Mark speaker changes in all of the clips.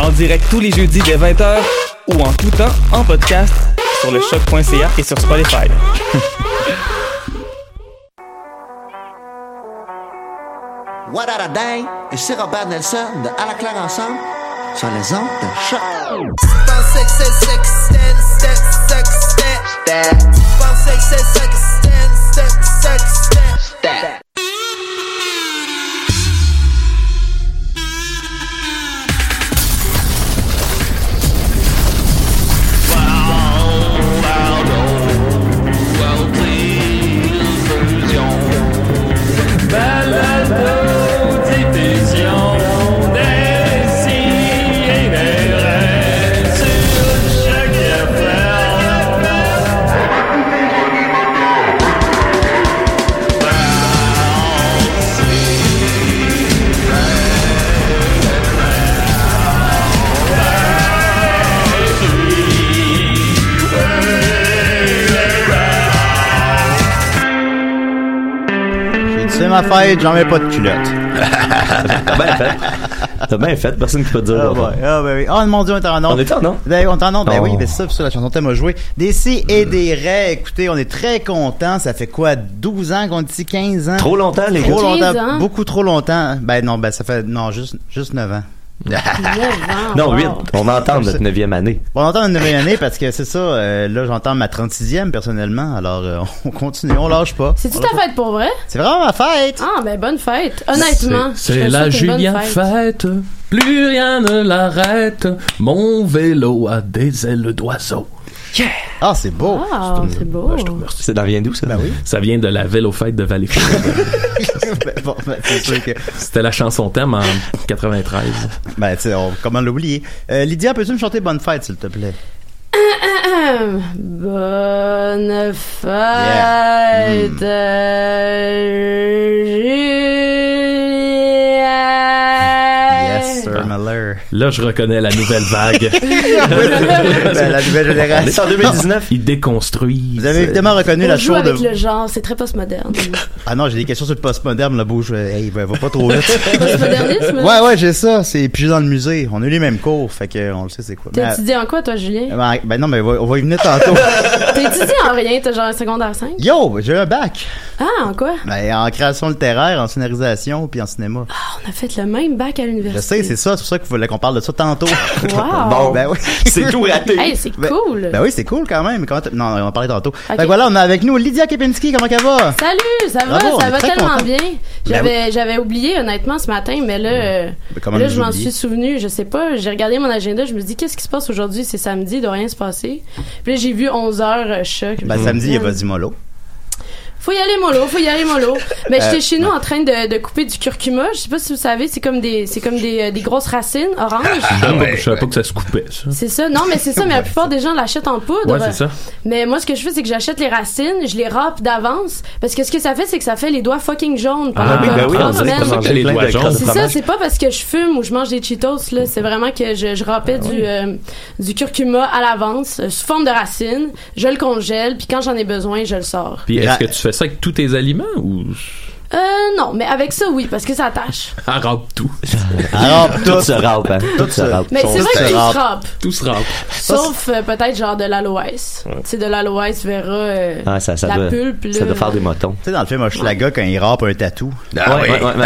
Speaker 1: En direct tous les jeudis dès 20h ou en tout temps en podcast sur le choc.ca et sur Spotify.
Speaker 2: What a day! Ici Robert Nelson de À la claire ensemble sur les ondes de choc.
Speaker 3: C'est ma fête, j'en mets pas de culotte.
Speaker 4: T'as bien fait. T'as bien fait. Personne qui peut te dire.
Speaker 3: Ah,
Speaker 4: le contraire.
Speaker 3: ouais, ah, ben oui. Ah, mon dieu, on est en onde.
Speaker 4: On est en onde?
Speaker 3: Ben, on est en onde. Ben
Speaker 4: Oh.
Speaker 3: oui, ben c'est ça, c'est ça, la chanson thème a joué. Des si et des raies. Écoutez, on est très contents. Ça fait quoi, 12 ans qu'on est ici, 15 ans?
Speaker 4: Trop longtemps, les gars.
Speaker 3: Trop
Speaker 5: 15
Speaker 3: longtemps.
Speaker 5: ans.
Speaker 3: Beaucoup trop longtemps. Ben non, ben ça fait, non, juste, juste 9 ans.
Speaker 4: Non,
Speaker 5: Wow.
Speaker 4: 8. On entend notre neuvième année.
Speaker 3: Bon, on entend une nouvelle année parce que c'est ça, euh, là, j'entends ma 36e personnellement. Alors, euh, on continue, on lâche pas.
Speaker 5: C'est-tu
Speaker 3: On
Speaker 5: ta
Speaker 3: lâche pas.
Speaker 5: fête pour vrai?
Speaker 3: C'est vraiment ma fête!
Speaker 5: Ah, ben bonne fête. Honnêtement. je
Speaker 6: C'est
Speaker 5: te
Speaker 6: la
Speaker 5: souhaite une bonne
Speaker 6: Julien
Speaker 5: fête.
Speaker 6: fête. Plus rien ne l'arrête. Mon vélo a des ailes d'oiseau.
Speaker 3: Ah, c'est beau!
Speaker 5: Ah, c'est beau.
Speaker 6: Je te remercie.
Speaker 4: Ça vient d'où, ça?
Speaker 3: Ben oui.
Speaker 6: Ça vient de la vélo fête de Valleyfield.
Speaker 3: ben, bon, ben, c'est sûr que.
Speaker 6: C'était la chanson thème en 93.
Speaker 3: Ben, tu sais, on- comment l'oublier? Euh, Lydia, peux-tu me chanter Bonne fête, s'il te plaît?
Speaker 5: Hum, Bonne fête, euh, Julien.
Speaker 3: Yes, Sir Miller.
Speaker 6: Là, je reconnais la nouvelle vague.
Speaker 3: Ben, la nouvelle génération.
Speaker 4: 2019.
Speaker 6: Ils déconstruisent.
Speaker 3: Vous avez évidemment reconnu
Speaker 5: On
Speaker 3: la
Speaker 5: joue
Speaker 3: show de...
Speaker 5: avec le genre, c'est très postmoderne.
Speaker 3: Ah non, j'ai des questions sur le postmoderne, la bouche. euh, Hey, ben, va pas trop vite.
Speaker 5: Postmodernisme? hein?
Speaker 3: ouais, ouais, j'ai ça. C'est pigé dans le musée. On a eu les mêmes cours, fait que euh, on le sait c'est quoi.
Speaker 5: T'as
Speaker 3: Mais,
Speaker 5: étudié en quoi, toi, Julien?
Speaker 3: euh, ben, ben non, mais on va- on va y venir tantôt.
Speaker 5: T'as étudié en rien, t'as genre un secondaire 5?
Speaker 3: Yo, j'ai un bac.
Speaker 5: Ah, en quoi?
Speaker 3: Ben, en création littéraire, en scénarisation, puis en cinéma.
Speaker 5: On a fait le même bac à
Speaker 3: Je
Speaker 5: l'université.
Speaker 3: sais, c'est ça. C'est pour ça qu'il fallait qu'on parle de ça tantôt.
Speaker 5: Wow.
Speaker 4: Bon.
Speaker 3: ben oui.
Speaker 4: C'est tout raté.
Speaker 5: Hey, c'est
Speaker 3: Ben-
Speaker 5: cool.
Speaker 3: Ben oui, c'est cool quand même. Comment t- non, on en parlait tantôt. Fait que
Speaker 5: Ok.
Speaker 3: voilà, on a avec nous Lydia Kepinski. Comment qu'elle va?
Speaker 5: Salut, ça va,
Speaker 3: Bravo, Ah. on
Speaker 5: ça
Speaker 3: est
Speaker 5: va
Speaker 3: très
Speaker 5: tellement
Speaker 3: contents.
Speaker 5: bien. J'avais, j'avais oublié honnêtement ce matin, mais là, euh,
Speaker 3: Ben, comment
Speaker 5: là
Speaker 3: nous
Speaker 5: je m'en
Speaker 3: oublier?
Speaker 5: suis souvenu. Je sais pas, j'ai regardé mon agenda, je me dis qu'est-ce qui se passe aujourd'hui, c'est samedi, il doit rien se passer. Puis là, j'ai vu 11 h euh, choc. Je me
Speaker 4: Mm-hmm.
Speaker 3: Ben,
Speaker 5: dis,
Speaker 3: samedi, il y a
Speaker 5: man,
Speaker 3: Vas-y Molo.
Speaker 5: Faut y aller mollo, faut y aller mollo. Mais
Speaker 3: Euh,
Speaker 5: j'étais chez nous en train de, de couper du curcuma. Je sais pas si vous savez, c'est comme des, c'est comme des, euh, des grosses racines oranges.
Speaker 6: Je
Speaker 3: Ah,
Speaker 6: savais pas- je savais pas que ça se coupait, ça.
Speaker 5: C'est Ah, ça. Non, mais c'est ça. Mais la plupart des gens l'achètent en poudre.
Speaker 6: Ouais, c'est ça.
Speaker 5: Mais moi, ce que je fais, c'est que j'achète les racines, je les râpe d'avance, parce que ce que ça fait, c'est que ça fait les doigts fucking jaunes. pendant
Speaker 6: Ah,
Speaker 4: oui,
Speaker 5: comme
Speaker 4: ben oui,
Speaker 5: trois
Speaker 4: on dirait que
Speaker 5: semaines.
Speaker 4: t'as mangé
Speaker 6: Les
Speaker 4: plein
Speaker 6: doigts
Speaker 4: de
Speaker 6: jaunes.
Speaker 4: crottes de
Speaker 5: C'est ça,
Speaker 4: fromage.
Speaker 5: c'est pas parce que je fume ou je mange des Cheetos, là. C'est vraiment que je, je râpais
Speaker 4: Ben
Speaker 5: du, euh, du curcuma à l'avance, euh, sous forme de racine. Je le congèle, puis quand j'en ai besoin, je le sors.
Speaker 6: Puis
Speaker 3: Ra-
Speaker 6: est-ce que tu fais ça avec tous tes aliments ou
Speaker 5: Euh, non, mais avec ça, oui, parce que ça tâche.
Speaker 6: ça rampe tout?
Speaker 3: Alors,
Speaker 4: Tout se râpe, hein. Tout se râpe.
Speaker 5: Mais c'est vrai
Speaker 3: se
Speaker 5: que tout
Speaker 3: râpe.
Speaker 5: se râpe.
Speaker 6: Tout se rampe.
Speaker 5: Sauf euh, peut-être genre de l'aloès. Tu sais, de l'aloès verra euh,
Speaker 4: Ah, ça, ça
Speaker 5: la
Speaker 4: doit,
Speaker 5: pulpe, là.
Speaker 4: ça doit faire des motons.
Speaker 3: tu sais, dans le film Hochelaga, quand il rappe un tatou,
Speaker 4: Ouais, ouais, ouais, ouais.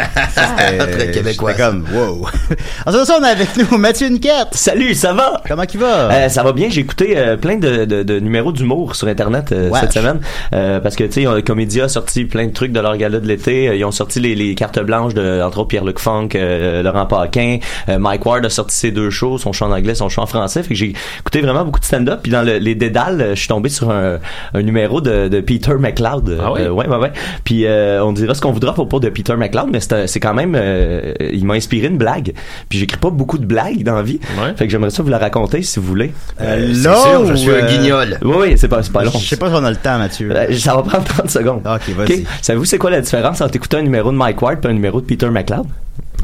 Speaker 3: euh,
Speaker 2: Très québécois,
Speaker 3: j'étais
Speaker 2: ça.
Speaker 3: comme, wow. Ensuite, ça, on a avec nous Mathieu Niquette.
Speaker 4: Salut, ça va?
Speaker 3: Comment qu'il va?
Speaker 4: Euh, ça va bien, j'ai écouté euh, plein de, de, de numéros d'humour sur internet euh,
Speaker 3: Ouais.
Speaker 4: cette semaine Euh, parce que tu sais, euh, Comédia a sorti plein de trucs de leur gala de l'été. Euh, Ils ont sorti les, les cartes blanches de entre autres Pierre-Luc Funk, euh, Laurent Paquin, Euh, Mike Ward a sorti ses deux shows, son show en anglais, son show en français. Fait que j'ai écouté vraiment beaucoup de stand-up. Puis dans le- les dédales, euh, je suis tombé sur un, un numéro de, de Peter McLeod.
Speaker 6: Ah oui?
Speaker 4: Euh, ouais, ouais, ouais. Puis euh, on dira ce qu'on voudra pour propos de Peter McLeod, mais c'est un- c'est quand même, euh, il m'a inspiré une blague. Puis j'écris pas beaucoup de blagues dans la vie.
Speaker 6: Ouais.
Speaker 4: Fait que j'aimerais ça vous la raconter si vous voulez.
Speaker 2: Euh, c'est
Speaker 3: Hello,
Speaker 2: sûr, je suis
Speaker 3: euh,
Speaker 2: un guignol.
Speaker 4: Oui, oui, c'est pas, c'est pas long.
Speaker 3: Je sais pas si on a le temps, Mathieu.
Speaker 4: Euh, Ça va prendre 30 secondes.
Speaker 3: Ok, vas-y.
Speaker 4: Ok. Savez-vous c'est quoi la différence entre écouter un numéro de Mike Ward et un numéro de Peter McLeod?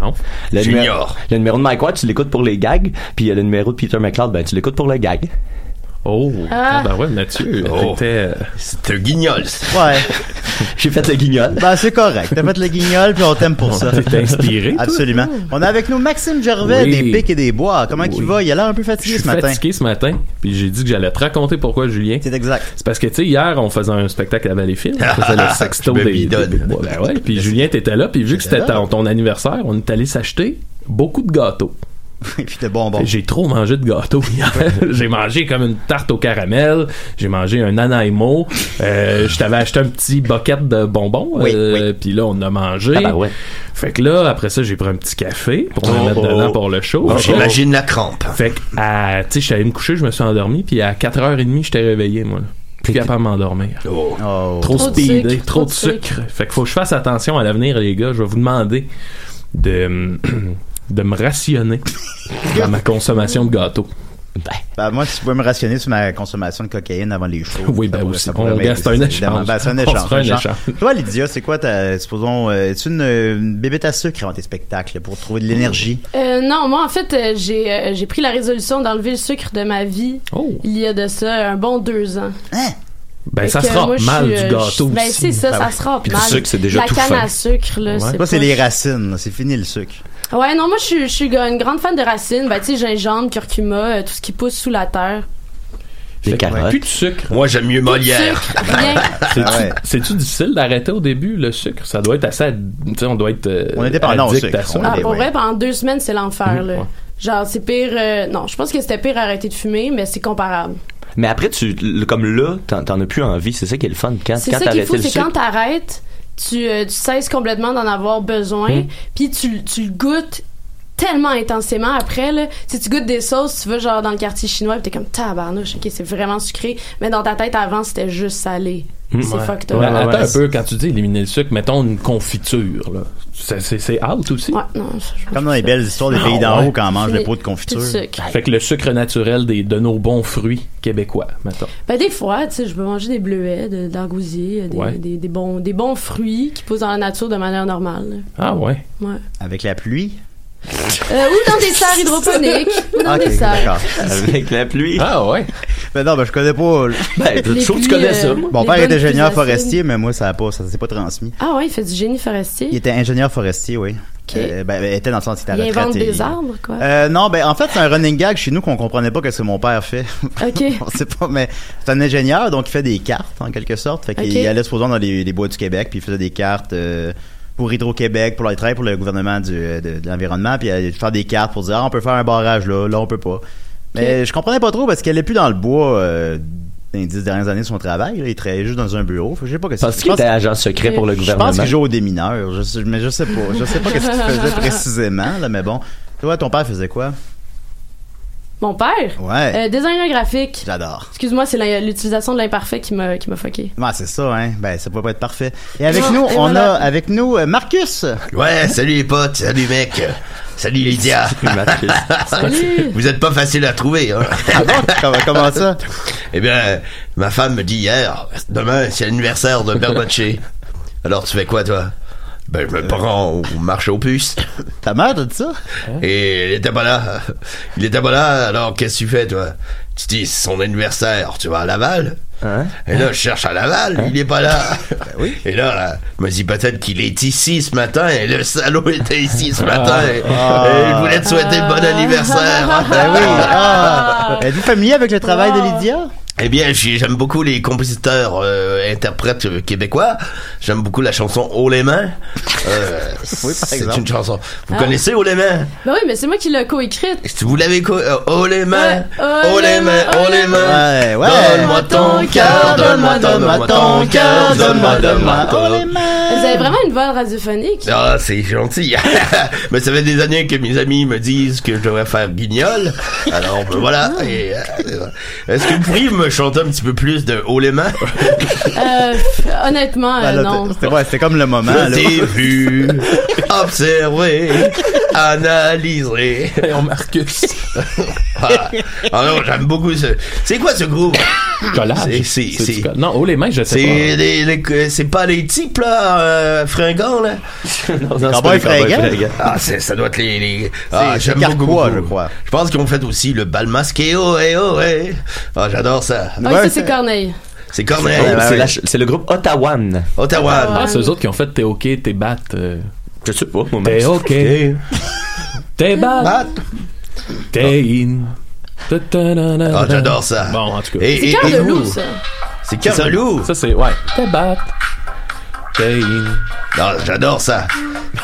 Speaker 6: Non.
Speaker 4: Le, numé-
Speaker 2: Junior.
Speaker 4: le numéro de Mike Ward, tu l'écoutes pour les gags, puis euh, le numéro de Peter McLeod, ben, tu l'écoutes pour le gag.
Speaker 6: Oh,
Speaker 5: Ah.
Speaker 6: ah. ben ouais, Mathieu,
Speaker 2: Oh.
Speaker 6: t'étais... euh,
Speaker 2: C'est un guignol.
Speaker 3: Ouais.
Speaker 4: J'ai fait le guignol.
Speaker 3: Ben, c'est correct. T'as fait le guignol, puis on t'aime pour ça.
Speaker 6: T'étais inspiré, toi?
Speaker 3: Absolument. On a avec nous Maxime Gervais
Speaker 6: Oui.
Speaker 3: des Pics et des Bois. Comment qu'il
Speaker 6: Oui.
Speaker 3: va? Il a l'air un peu
Speaker 6: Je
Speaker 3: fatigué
Speaker 6: suis
Speaker 3: ce matin.
Speaker 6: fatigué ce matin, puis j'ai dit que j'allais te raconter pourquoi, Julien.
Speaker 3: C'est exact.
Speaker 6: C'est parce que, tu sais, hier, on faisait un spectacle à Valleyfield. On faisait le sexto
Speaker 2: Je me
Speaker 6: des...
Speaker 2: bidonne.
Speaker 6: des- des- Ben ouais, puis Julien, t'étais là, puis vu que c'était
Speaker 3: là.
Speaker 6: ton, ton anniversaire, on est allé s'acheter beaucoup de gâteaux.
Speaker 3: Et puis de bonbons.
Speaker 6: J'ai trop mangé de gâteaux hier. j'ai mangé comme une tarte au caramel, j'ai mangé un Nanaimo, euh, je t'avais acheté un petit bucket de bonbons,
Speaker 3: Oui,
Speaker 6: euh, puis là on a mangé.
Speaker 4: Ah ben ouais.
Speaker 6: Fait que là, après ça, j'ai pris un petit café pour me
Speaker 2: Oh,
Speaker 6: mettre
Speaker 2: oh.
Speaker 6: dedans pour le show. Fait que-
Speaker 2: J'imagine la crampe.
Speaker 6: Fait que, à- tu sais, j'étais allé me coucher, je me suis endormi, puis à 4h30, j'étais réveillé, moi. là. Plus capable de m'endormir.
Speaker 3: Oh.
Speaker 6: Trop,
Speaker 5: Trop de
Speaker 6: speedé,
Speaker 5: sucre,
Speaker 6: trop de sucre. Fait que faut que je fasse attention à l'avenir, les gars. Je vais vous demander de, de me rationner dans ma consommation de gâteaux.
Speaker 3: Ben, moi, si tu pouvais me rationner sur ma consommation de cocaïne avant les shows.
Speaker 6: Oui,
Speaker 3: ça
Speaker 6: ben
Speaker 3: pourrait-
Speaker 6: aussi.
Speaker 3: ça pourrait
Speaker 6: On
Speaker 3: m'aider,
Speaker 6: reste un
Speaker 3: évidemment.
Speaker 6: échange.
Speaker 3: Ben, c'est
Speaker 6: On
Speaker 3: un échange.
Speaker 6: fera un
Speaker 3: un échange.
Speaker 6: échange.
Speaker 3: Toi, Lydia, c'est quoi ta, supposons, euh, es-tu une, euh, une bébête à sucre avant tes spectacles pour trouver de l'énergie?
Speaker 5: Euh, non, moi, en fait, euh, j'ai euh, j'ai pris la résolution d'enlever le sucre de ma vie
Speaker 6: Oh!
Speaker 5: il y a de ça un bon deux ans.
Speaker 3: Hein?
Speaker 6: Ben,
Speaker 5: Fait
Speaker 6: ça
Speaker 5: que
Speaker 6: se râpe
Speaker 5: moi, je
Speaker 6: mal
Speaker 5: suis,
Speaker 6: du
Speaker 5: euh, je-
Speaker 6: gâteau
Speaker 5: Ben,
Speaker 6: aussi.
Speaker 5: c'est ça,
Speaker 3: Ah
Speaker 5: ça
Speaker 3: oui.
Speaker 5: se râpe
Speaker 4: Puis le
Speaker 5: mal.
Speaker 4: sucre, c'est déjà
Speaker 5: La
Speaker 4: tout
Speaker 5: canne
Speaker 4: fin.
Speaker 5: à sucre, là,
Speaker 6: Ouais.
Speaker 5: c'est
Speaker 3: Toi, c'est
Speaker 5: pas-
Speaker 3: les racines. là. C'est fini le sucre.
Speaker 5: Ouais, non, moi, je suis- je suis une grande fan de racines. Ben, tu sais, gingembre, curcuma, euh, tout ce qui pousse sous la terre.
Speaker 4: Des carottes.
Speaker 6: Plus de sucre.
Speaker 2: Moi, j'aime mieux Molière.
Speaker 5: Sucre, rien.
Speaker 3: Ah ouais.
Speaker 6: C'est-tu difficile d'arrêter au début le sucre? Ça doit être assez. ad- Tu sais, on doit être. euh,
Speaker 3: On est dépendant au
Speaker 6: addict
Speaker 3: sucre.
Speaker 6: à ça.
Speaker 3: On est-
Speaker 5: Ah,
Speaker 3: Ouais, ben
Speaker 5: pour
Speaker 3: ouais.
Speaker 5: vrai, pendant deux semaines, c'est l'enfer,
Speaker 6: Mhm,
Speaker 5: là.
Speaker 6: ouais.
Speaker 5: Genre, c'est pire. euh, non, je pense que c'était pire arrêter de fumer, mais c'est comparable.
Speaker 4: Mais après, tu, le- comme là, t'en, t'en as plus envie. C'est ça qui est le fun. Quand,
Speaker 5: C'est
Speaker 4: quand
Speaker 5: ça qu'il
Speaker 4: t'arrêtes
Speaker 5: faut,
Speaker 4: le
Speaker 5: c'est
Speaker 4: sucre.
Speaker 5: quand t'arrêtes, tu, euh, tu cesses complètement d'en avoir besoin, puis tu, tu le goûtes tellement intensément après là si tu goûtes des sauces tu vas genre dans le quartier chinois pis t'es comme tabarnouche ok c'est vraiment sucré mais dans ta tête avant c'était juste salé
Speaker 4: Mm.
Speaker 5: c'est
Speaker 4: Ouais.
Speaker 5: fucked
Speaker 6: Hmm. Ouais,
Speaker 5: up
Speaker 6: attends un peu, quand tu dis éliminer le sucre, mettons une confiture, là. C'est- C'est c'est out aussi. Ah,
Speaker 5: ouais non je- je-
Speaker 3: Comme dans les belles histoires des pays d'en
Speaker 6: ouais.
Speaker 3: haut quand on mange
Speaker 5: Fini.
Speaker 3: des pots de
Speaker 5: plus de
Speaker 3: confiture.
Speaker 5: sucre
Speaker 6: Fait que le sucre naturel des, de nos bons fruits québécois, mettons.
Speaker 5: ben des fois tu sais je peux manger des bleuets de, d'argousier des,
Speaker 6: Ouais.
Speaker 5: des, des bons des bons fruits qui poussent dans la nature de manière normale
Speaker 6: Ah ouais.
Speaker 5: là. ouais
Speaker 3: Avec la pluie.
Speaker 5: Euh, ou dans des serres hydroponiques ou dans
Speaker 3: Ah, Ok,
Speaker 5: des serres
Speaker 3: d'accord.
Speaker 4: Avec la pluie.
Speaker 6: Ah ouais.
Speaker 3: Ben non, ben je connais pas.
Speaker 4: Ben, je
Speaker 5: Les
Speaker 4: trouve que
Speaker 5: pluies,
Speaker 4: tu connais ça.
Speaker 5: euh,
Speaker 4: moi.
Speaker 3: Mon
Speaker 5: Les
Speaker 3: père
Speaker 5: bonnes
Speaker 3: est ingénieur
Speaker 5: plus
Speaker 3: forestier, mais moi, ça a pas, ça s'est pas transmis.
Speaker 5: Ah ouais, il fait du génie
Speaker 3: Il
Speaker 5: forestier.
Speaker 3: était ingénieur forestier, oui. Euh, ben, ben, était dans le sens, il était
Speaker 5: Il invente
Speaker 3: retraité.
Speaker 5: des arbres, quoi.
Speaker 3: Euh, non, ben en fait c'est un running gag chez nous qu'on comprenait pas que ce que mon père fait.
Speaker 5: Ok.
Speaker 3: On sait pas, mais c'est un ingénieur donc il fait des cartes en quelque sorte. Fait qu'il
Speaker 5: Ok.
Speaker 3: allait supposons dans les, les bois du Québec puis il faisait des cartes euh, pour Hydro-Québec, pour les travail pour le gouvernement du, euh, de, de l'environnement puis il allait faire des cartes pour dire ah, on peut faire un barrage là, là on peut pas. Mais je comprenais pas trop parce qu'il allait plus dans le bois euh, dans les dix dernières années de son travail. là. Il travaillait juste dans un bureau. Fait que Je sais pas que c'est.
Speaker 4: Parce qu'il était agent secret pour le
Speaker 3: Je
Speaker 4: gouvernement.
Speaker 3: pense qu'il joue aux démineurs, je sais, mais je sais pas. Je sais pas qu'est-ce qu'il faisait précisément, là, mais bon. Toi, ton père faisait quoi?
Speaker 5: Mon père,
Speaker 3: Ouais.
Speaker 5: euh, designer graphique.
Speaker 3: J'adore.
Speaker 5: Excuse-moi, c'est la- l'utilisation de l'imparfait qui m'a qui m'a fucké.
Speaker 3: Ouais, c'est ça, hein. Ben, ça peut pas être parfait. Et avec
Speaker 5: Ah,
Speaker 3: nous,
Speaker 5: et
Speaker 3: on
Speaker 5: voilà.
Speaker 3: a avec nous euh, Marcus.
Speaker 2: Ouais, salut les potes, salut mec, salut Lydia.
Speaker 5: Salut!
Speaker 2: Vous êtes pas facile à trouver, hein.
Speaker 3: Ah bon? comment, comment ça?
Speaker 2: Eh bien, ma femme me dit hier, demain c'est l'anniversaire de Berbatché. Alors tu fais quoi toi? Ben je me prends au marché aux puces.
Speaker 3: Euh. Ta mère t'a dit ça?
Speaker 2: Et il était pas là. Il était pas là, alors qu'est-ce que tu fais, toi? Tu dis, c'est son anniversaire, tu vas à Laval?
Speaker 3: Hein?
Speaker 2: Et là, je cherche à Laval, il est pas là.
Speaker 3: Ben
Speaker 2: Et là, là, je me dis peut-être qu'il est ici ce matin, et le salaud était ici ce
Speaker 3: Ah.
Speaker 2: matin. Et, et il voulait te souhaiter
Speaker 5: Ah.
Speaker 2: bon anniversaire.
Speaker 3: Ben oui. Ah. Êtes-vous familier avec le travail de Lydia?
Speaker 2: Eh bien, j'ai- j'aime beaucoup les compositeurs, euh, interprètes euh, québécois. J'aime beaucoup la chanson Oh les mains. Euh,
Speaker 3: Oui, par
Speaker 2: c'est
Speaker 3: exemple.
Speaker 2: une chanson. Vous connaissez Oh les mains?
Speaker 5: Ben oui, mais c'est moi qui l'ai coécrite.
Speaker 2: Si Vous l'avez quoi euh, Oh les mains,
Speaker 5: Ouais.
Speaker 2: oh les mains, oh les mains.
Speaker 3: Ouais, ouais.
Speaker 2: Donne-moi ton cœur, donne-moi, donne-moi ton cœur, donne-moi, donne-moi.
Speaker 3: Oh, les
Speaker 2: ton-
Speaker 3: mains.
Speaker 5: Vous avez vraiment une voix radiophonique.
Speaker 2: Ah, c'est gentil. Mais ça fait des années que mes amis me disent que je devrais faire guignol. Alors, ben, voilà. Et, euh, Est-ce que vous pourriez me chanter un petit peu plus de Oh les mains?
Speaker 5: Euh, pff, honnêtement, euh,
Speaker 3: Ah, là,
Speaker 5: non.
Speaker 3: c'était- ouais, c'était comme le moment. là.
Speaker 2: T'es vu, observé, analysé.
Speaker 6: Voyons, Marcus.
Speaker 2: Ah, ah non, j'aime beaucoup ce... C'est quoi ce groupe?
Speaker 6: Collage.
Speaker 2: C'est- c'est-
Speaker 6: C'est du
Speaker 2: c'est-
Speaker 6: co- Non, oh les mains, je sais
Speaker 2: C'est des- les- c'est pas les types là, euh, fringants là.
Speaker 4: Non,
Speaker 3: Cowboy
Speaker 4: c'est pas les Cowboys
Speaker 3: fringants.
Speaker 4: fringants.
Speaker 2: Ah, c'est- ça doit être les. les... Ah,
Speaker 3: c'est
Speaker 2: j'aime beaucoup,
Speaker 3: Carquois,
Speaker 2: beaucoup.
Speaker 3: je crois.
Speaker 2: Je pense qu'ils ont fait aussi le bal masqué. Oh, eh, oh, eh. Ah, j'adore ça.
Speaker 5: Ah,
Speaker 3: Ouais.
Speaker 5: ça, c'est Corneille.
Speaker 2: C'est Corneille.
Speaker 4: C'est
Speaker 2: ouais.
Speaker 4: la ch- c'est le groupe Ottawan.
Speaker 2: Ottawa.
Speaker 6: pas. Ah, c'est eux autres qui ont fait T'es OK, t'es batte.
Speaker 4: Je sais pas, moi.
Speaker 6: T'es OK, t'es batte,
Speaker 2: Ah,
Speaker 6: t'es in.
Speaker 2: ah,
Speaker 6: Ah,
Speaker 2: j'adore ça.
Speaker 6: Bon, en tout cas.
Speaker 2: Et-
Speaker 5: C'est
Speaker 2: et-
Speaker 5: Cœur
Speaker 2: et
Speaker 5: de
Speaker 2: nous,
Speaker 5: loup, ça.
Speaker 2: C'est Cœur de loup.
Speaker 6: Ça, c'est. Ouais. T'es batte, t'es in.
Speaker 2: Ah, j'adore ça.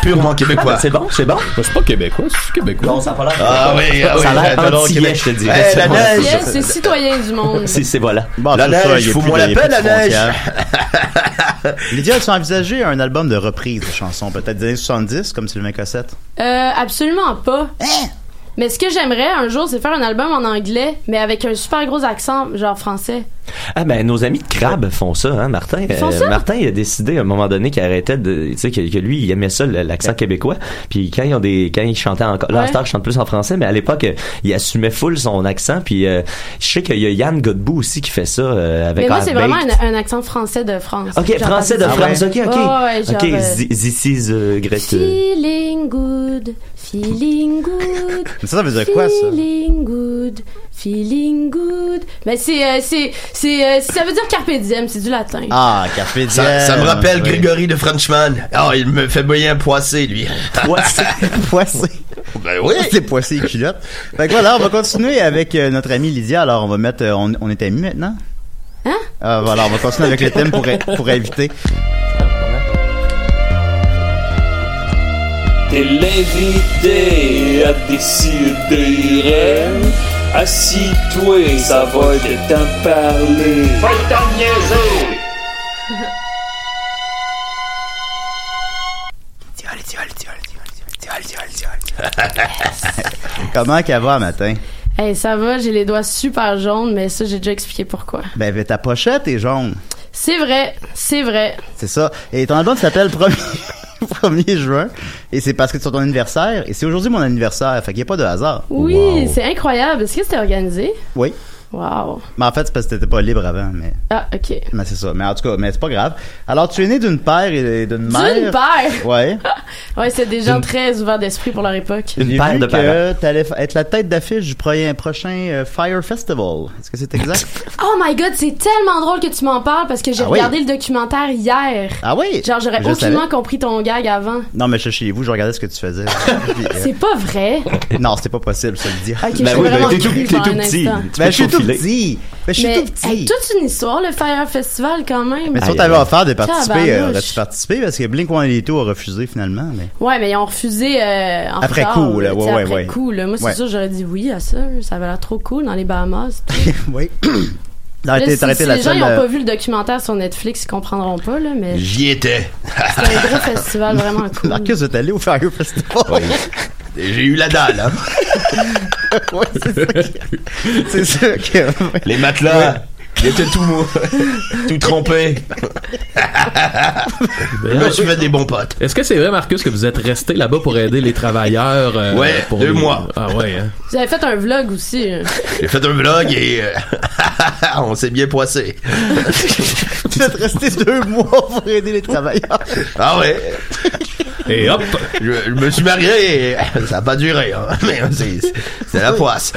Speaker 2: Purement québécois.
Speaker 4: C'est bon, c'est bon.
Speaker 6: Moi, c'est pas québécois, c'est québécois.
Speaker 4: ça a pas l'air.
Speaker 2: Ah oui, ah oui.
Speaker 4: Ça a l'air
Speaker 2: j'adore le
Speaker 4: antillais,
Speaker 2: Québec.
Speaker 4: je te dis.
Speaker 2: Eh,
Speaker 4: C'est
Speaker 2: la
Speaker 4: bon.
Speaker 2: neige.
Speaker 5: Yes, c'est citoyen du monde.
Speaker 4: Si, c'est voilà.
Speaker 3: Bon,
Speaker 2: La
Speaker 3: c'est ça,
Speaker 2: neige,
Speaker 3: il y a
Speaker 2: faut
Speaker 3: plus
Speaker 2: qu'on
Speaker 3: de- il y a
Speaker 2: l'appelle,
Speaker 3: plus de
Speaker 2: la neige.
Speaker 3: frontières. Lydia, tu as envisagé un album de reprise de chansons, peut-être des années 70, comme Sylvain Cossette.
Speaker 5: Euh, absolument pas.
Speaker 4: Hein?
Speaker 5: Mais ce que j'aimerais un jour, c'est faire un album en anglais, mais avec un super gros accent, genre français.
Speaker 4: Ah ben nos amis de Crabe font ça, hein, Martin.
Speaker 5: font ça?
Speaker 4: Martin il a décidé à un moment donné qu'il arrêtait de, tu sais, que, que lui il aimait ça le- l'accent québécois. Puis quand ils ont des, quand ils chantaient encore, là
Speaker 5: Ouais.
Speaker 4: à cette heure, ils chantent plus en français, mais à l'époque euh, il assumait full son accent. Puis euh, je sais qu'il y a Yann Godbout aussi qui fait ça euh, avec.
Speaker 5: mais moi,
Speaker 4: Hot
Speaker 5: c'est vraiment
Speaker 4: Baked.
Speaker 5: un, un accent français de France.
Speaker 4: Ok,
Speaker 5: Genre,
Speaker 4: français de
Speaker 5: par exemple.
Speaker 4: France. Ok, ok.
Speaker 5: Ouais, ouais, genre,
Speaker 4: ok,
Speaker 5: euh,
Speaker 4: zi- this is euh, Grete.
Speaker 5: Feeling good, feeling good.
Speaker 3: Mais ça, ça veut dire quoi, ça?
Speaker 5: Feeling good, feeling good. Ben, c'est, euh, c'est, c'est, euh, ça veut dire carpe diem, c'est du latin.
Speaker 3: Ah, Carpe Diem.
Speaker 2: Ça, ça me rappelle
Speaker 3: Oui.
Speaker 2: Grégory de Frenchman. Ah, il me fait bien poisser, lui.
Speaker 4: Poissé.
Speaker 3: Poissé.
Speaker 2: ben oui.
Speaker 3: Oh, C'est Poissé et culotte. Fait que voilà, on va continuer avec euh, notre amie Lydia. Alors, on va mettre... euh, on, on est amis maintenant?
Speaker 5: Hein?
Speaker 3: Ah, voilà, on va continuer avec le thème pour, pour éviter.
Speaker 7: T'es l'invité à décider. Assis-toi, ça va être temps de parler. Va t'en niaiser!
Speaker 3: Comment qu'elle va, matin?
Speaker 5: Hey, ça va, j'ai les doigts super jaunes, mais ça, j'ai déjà expliqué pourquoi.
Speaker 3: Ben, ben, ta pochette est jaune.
Speaker 5: C'est vrai, c'est vrai.
Speaker 3: C'est ça. Et ton album s'appelle 1er, 1er juin. Et c'est parce que c'est sur ton anniversaire. Et c'est aujourd'hui mon anniversaire. Fait qu'il n'y a pas de hasard.
Speaker 5: Oui, c'est incroyable. Est-ce que c'était organisé?
Speaker 3: Oui.
Speaker 5: Wow.
Speaker 3: Mais en fait, c'est parce que t'étais pas libre avant. Mais,
Speaker 5: Ah, ok.
Speaker 3: mais c'est ça. Mais en tout cas, mais c'est pas grave. Alors, tu es né d'une paire et d'une mère.
Speaker 5: D'une paire!
Speaker 3: Ouais.
Speaker 5: Ouais, c'est des gens très ouverts d'esprit pour leur époque.
Speaker 4: Une
Speaker 3: J'ai
Speaker 4: paire
Speaker 3: vu
Speaker 4: de
Speaker 3: que
Speaker 4: parents.
Speaker 3: t'allais fa- être la tête d'affiche du pro- prochain euh, Fire Festival. Est-ce que c'est exact?
Speaker 5: Oh my god, c'est tellement drôle que tu m'en parles parce que j'ai
Speaker 3: Ah oui?
Speaker 5: regardé le documentaire hier.
Speaker 3: ah oui?
Speaker 5: Genre, j'aurais
Speaker 3: Je
Speaker 5: aucunement
Speaker 3: savais.
Speaker 5: compris ton gag avant.
Speaker 3: Non, mais je suis chez vous, je regardais ce que tu faisais. Puis, euh,
Speaker 5: C'est pas vrai.
Speaker 3: non, c'était pas possible, ça le dire.
Speaker 5: Ok,
Speaker 4: Ben
Speaker 5: je
Speaker 4: oui,
Speaker 5: suis vraiment
Speaker 4: ben, t'es tout,
Speaker 5: crue
Speaker 4: t'es
Speaker 5: pendant
Speaker 4: tout
Speaker 5: un
Speaker 4: petit.
Speaker 5: instant.
Speaker 4: Tu peux
Speaker 3: Ben, je suis tout
Speaker 4: profiler.
Speaker 3: petit. Ben, je suis
Speaker 5: Mais
Speaker 3: tout petit.
Speaker 5: hey, toute une histoire, le Fire Festival, quand même.
Speaker 3: Mais si on
Speaker 4: Aïe,
Speaker 3: t'avait
Speaker 4: aïe.
Speaker 3: offert de participer,
Speaker 5: Tabarnouche.
Speaker 3: euh, aurais-tu participé? Parce que Blink-182 a refusé finalement. Mais...
Speaker 5: Ouais, mais ils ont refusé euh, en
Speaker 3: Après
Speaker 5: retard,
Speaker 3: coup, là,
Speaker 5: tu
Speaker 3: ouais,
Speaker 5: sais,
Speaker 3: ouais,
Speaker 5: après
Speaker 3: ouais.
Speaker 5: coup, là. Moi, c'est
Speaker 3: Ouais.
Speaker 5: sûr, j'aurais dit oui à ça. Ça avait l'air trop cool dans les Bahamas.
Speaker 3: oui.
Speaker 5: Là,
Speaker 3: T'aurais
Speaker 5: si
Speaker 3: été- t'aurais été
Speaker 5: si
Speaker 3: la
Speaker 5: les gens
Speaker 3: seule.
Speaker 5: ils ont
Speaker 3: euh,
Speaker 5: pas vu le documentaire sur Netflix, ils comprendront pas, là, mais
Speaker 2: J'y étais.
Speaker 5: c'est un gros festival vraiment cool.
Speaker 3: Marcus est allé au Fire Festival.
Speaker 2: Et j'ai eu la dalle. hein.
Speaker 3: Ouais, c'est ça. que- C'est ça que.
Speaker 2: Les matelas, ils étaient tout mous, tout trempés. Je me suis fait des bons potes.
Speaker 6: Est-ce que c'est vrai, Marcus, que vous êtes resté là-bas pour aider les travailleurs? euh,
Speaker 2: Ouais,
Speaker 6: pour
Speaker 2: deux
Speaker 6: les-
Speaker 2: mois.
Speaker 6: Ah ouais, hein?
Speaker 5: Vous avez fait un vlog aussi. euh.
Speaker 2: J'ai fait un vlog et euh, on s'est bien poissé.
Speaker 3: Tu vas te rester deux mois pour aider les travailleurs.
Speaker 2: Ah ouais,
Speaker 6: Et hop!
Speaker 2: je, je me suis marié et ça a pas duré. hein. Mais c'est c'est la poisse.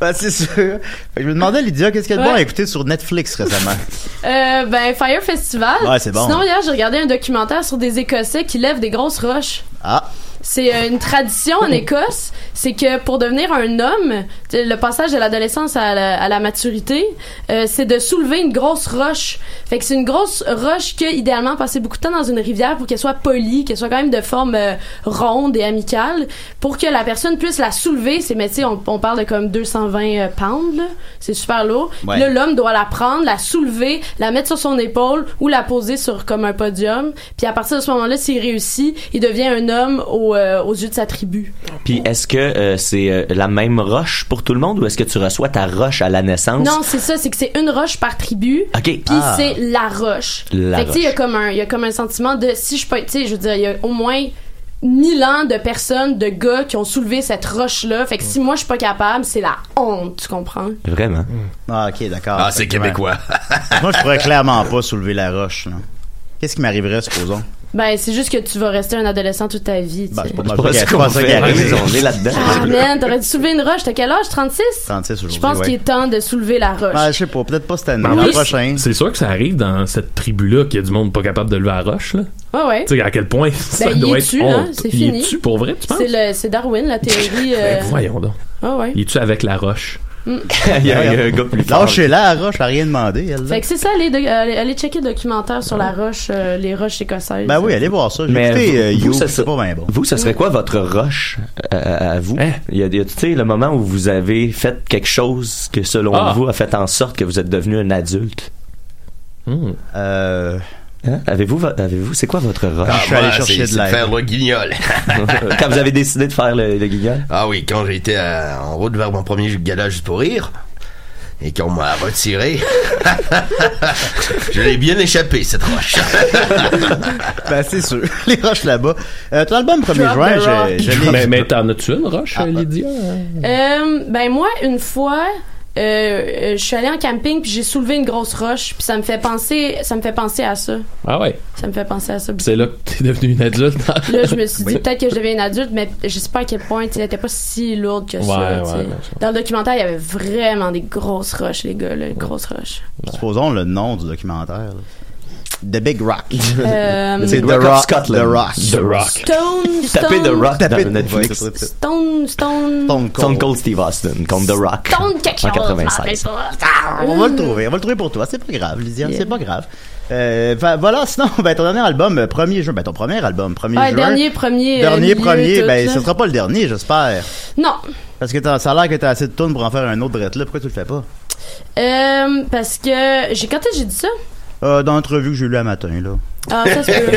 Speaker 3: Ben, c'est sûr. Fait que je me demandais, Lydia, qu'est-ce qu'il y a de
Speaker 5: Ouais.
Speaker 3: bon à écouter sur Netflix récemment?
Speaker 5: Euh, ben, Fire Festival.
Speaker 3: Ouais, c'est bon.
Speaker 5: Sinon, hier, j'ai regardé un documentaire sur des Écossais qui lèvent des grosses roches.
Speaker 3: Ah,
Speaker 5: C'est euh, une tradition en Écosse, c'est que pour devenir un homme, t- le passage de l'adolescence à la, à la maturité, euh, c'est de soulever une grosse roche. Fait que c'est une grosse roche que idéalement passer beaucoup de temps dans une rivière pour qu'elle soit polie, qu'elle soit quand même de forme euh, ronde et amicale, pour que la personne puisse la soulever. C'est mais tu sais, on, on parle de comme 220 euh, pounds, là. c'est super lourd. Puis
Speaker 3: Ouais.
Speaker 5: là, l'homme doit la prendre, la soulever, la mettre sur son épaule ou la poser sur comme un podium. Puis à partir de ce moment-là, s'il réussit, il devient un homme au, euh, aux yeux de sa tribu.
Speaker 4: Puis est-ce que euh, c'est euh, la même roche pour tout le monde ou est-ce que tu reçois ta roche à la naissance?
Speaker 5: Non, c'est ça, c'est que c'est une roche par tribu.
Speaker 4: OK. Ah,
Speaker 5: Puis c'est la roche.
Speaker 4: La
Speaker 5: fait que tu sais, il y a
Speaker 4: roche.
Speaker 5: comme un il y a comme un sentiment de si je peux tu sais, je veux dire il y a au moins mille ans de personnes, de gars qui ont soulevé cette roche-là. Fait que si moi je suis pas capable, c'est la honte, tu comprends?
Speaker 4: Vraiment.
Speaker 3: ah ok, d'accord.
Speaker 2: Ah, c'est
Speaker 3: Fait que, ouais.
Speaker 2: québécois.
Speaker 3: Moi, je pourrais clairement pas soulever la roche. là. Qu'est-ce qui m'arriverait, supposons?
Speaker 5: Ben, c'est juste que tu vas rester un adolescent toute ta vie, tu
Speaker 4: Bah,
Speaker 3: Ben,
Speaker 5: sais.
Speaker 3: c'est pas, mal
Speaker 4: pas
Speaker 3: ça
Speaker 4: ce
Speaker 3: qui-
Speaker 4: qu'on
Speaker 3: pas ça qui
Speaker 4: fait.
Speaker 3: arrive.
Speaker 4: On est là-dedans.
Speaker 5: Ah, man, t'aurais dû soulever une roche. T'as quel âge? 36?
Speaker 3: 36 aujourd'hui,
Speaker 5: Je pense
Speaker 3: ouais.
Speaker 5: qu'il est temps de soulever la roche.
Speaker 3: Ah, je sais pas, peut-être pas cette année,
Speaker 6: Ben
Speaker 3: l'an
Speaker 6: oui,
Speaker 3: prochain.
Speaker 6: C'est sûr que ça arrive dans cette tribu-là qu'il y a du monde pas capable de lever la roche, là.
Speaker 5: ouais, Ah ouais.
Speaker 6: Tu sais, à quel point ça
Speaker 5: Ben, il
Speaker 6: doit
Speaker 5: est
Speaker 6: être
Speaker 5: tu, là,
Speaker 6: honte.
Speaker 5: c'est
Speaker 6: Il
Speaker 5: fini.
Speaker 6: est tu pour vrai, tu penses?
Speaker 5: C'est le, c'est Darwin, la théorie. euh,
Speaker 6: Ben, voyons donc.
Speaker 5: ah ouais. Mm.
Speaker 6: Il est tu avec la roche?
Speaker 4: Il y a il y a un gars plus fort.
Speaker 3: Lâchez-la, la roche, elle a rien demandé, elle. là.
Speaker 5: Fait que c'est ça, allez, de- allez, allez checker le documentaire sur la roche, euh, les roches écossaises.
Speaker 3: Ben oui, allez voir ça. J'ai
Speaker 4: Mais
Speaker 3: écouté
Speaker 4: vous-
Speaker 3: euh,
Speaker 4: vous,
Speaker 3: You,
Speaker 4: ça-
Speaker 3: c'est pas bien bon.
Speaker 4: Vous, ça serait quoi votre roche à, à- à vous?
Speaker 6: Hein?
Speaker 4: Il y a, il y a, tu sais, le moment où vous avez fait quelque chose que, selon
Speaker 6: Ah.
Speaker 4: vous, a fait en sorte que vous êtes devenu un adulte.
Speaker 6: Hmm.
Speaker 3: Euh,
Speaker 4: Hein? Avez-vous, vo- avez-vous, c'est quoi votre roche?
Speaker 2: Ah,
Speaker 3: je suis allé
Speaker 2: moi,
Speaker 3: chercher
Speaker 2: c'est-
Speaker 3: de
Speaker 2: c'est
Speaker 3: l'aide.
Speaker 2: Faire le guignol.
Speaker 4: Quand vous avez décidé de faire le, le guignol?
Speaker 2: Ah oui, quand j'étais euh, en route vers mon premier gala juste pour rire, et qu'on m'a retiré, je l'ai bien échappé cette roche.
Speaker 3: ben, c'est sûr. Les roches là-bas. Euh, ton album 1er
Speaker 5: Drop the
Speaker 3: juin, je, je l'ai.
Speaker 6: Mais, mais t'en as-tu une roche,
Speaker 3: Ah,
Speaker 6: Lydia?
Speaker 5: Euh, ben moi, une fois, euh, euh, je suis allée en camping puis j'ai soulevé une grosse roche puis ça me fait penser, ça me fait penser à ça.
Speaker 6: Ah ouais.
Speaker 5: Ça me fait penser à ça.
Speaker 6: Puis C'est là que t'es devenu une adulte.
Speaker 5: Ah. Là, je me suis dit
Speaker 3: Oui.
Speaker 5: peut-être que je deviens une adulte, mais je sais pas à quel point tu sais, elle était pas si lourde que
Speaker 6: Ouais,
Speaker 5: ça. tu
Speaker 6: ouais,
Speaker 5: sais.
Speaker 6: bien sûr.
Speaker 5: Dans le documentaire, il y avait vraiment des grosses roches, les gars, là, des grosses roches.
Speaker 3: Supposons le nom du documentaire. là. The Big Rock.
Speaker 5: Euh,
Speaker 4: C'est
Speaker 3: The
Speaker 4: Rock of
Speaker 3: Rock,
Speaker 4: Scotland.
Speaker 3: The Rock.
Speaker 4: The Rock.
Speaker 5: Stone, Stone,
Speaker 4: Tapez The Rock
Speaker 3: Tapez-
Speaker 4: dans Netflix.
Speaker 3: Ouais, c'est ça.
Speaker 5: Stone, Stone,
Speaker 3: Stone Cold.
Speaker 4: Stone Cold Steve Austin contre The Rock.
Speaker 5: Stone quelque chose.
Speaker 4: En 96.
Speaker 5: je m'en rappelle pas.
Speaker 3: Ah, On va le trouver, on va le trouver pour toi. C'est pas grave, Lydia, c'est pas grave. Euh, fa- voilà, sinon, ben, ton dernier album, euh, 1er juin, ben, ton premier album, 1er
Speaker 5: Ouais,
Speaker 3: juin.
Speaker 5: dernier, premier. euh,
Speaker 3: Dernier,
Speaker 5: milieu,
Speaker 3: premier,
Speaker 5: tout,
Speaker 3: ben,
Speaker 5: là.
Speaker 3: ce sera pas le dernier, j'espère.
Speaker 5: Non.
Speaker 3: Parce que t'as- ça a l'air que t'as assez de tunes pour en faire un autre drette là. Pourquoi tu le fais pas?
Speaker 5: Euh, parce que. j'ai Quand est-ce que j'ai dit ça?
Speaker 3: Euh, dans l'entrevue que j'ai lue à matin, là.
Speaker 5: Ah, ça se peut.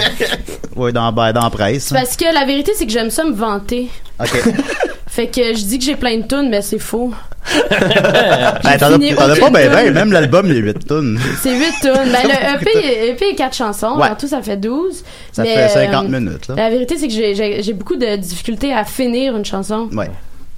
Speaker 3: Ouais, dans, ben, dans la presse.
Speaker 5: Parce que la vérité, c'est que j'aime ça me vanter.
Speaker 3: Ok.
Speaker 5: Fait que je dis que j'ai plein de tunes, mais c'est faux.
Speaker 3: Ben, t'en
Speaker 5: fini
Speaker 3: as, t'en as
Speaker 5: aucune
Speaker 3: pas ben, ben,
Speaker 5: toune.
Speaker 3: même l'album, les 8 tunes.
Speaker 5: C'est 8 tunes. Ben, le EP, EP est 4 chansons.
Speaker 3: Ouais.
Speaker 5: En tout, ça fait 12.
Speaker 3: Ça
Speaker 5: mais,
Speaker 3: fait 50
Speaker 5: euh,
Speaker 3: minutes, là.
Speaker 5: La vérité, c'est que j'ai- j'ai j'ai beaucoup de difficultés à finir une chanson.
Speaker 3: Ouais.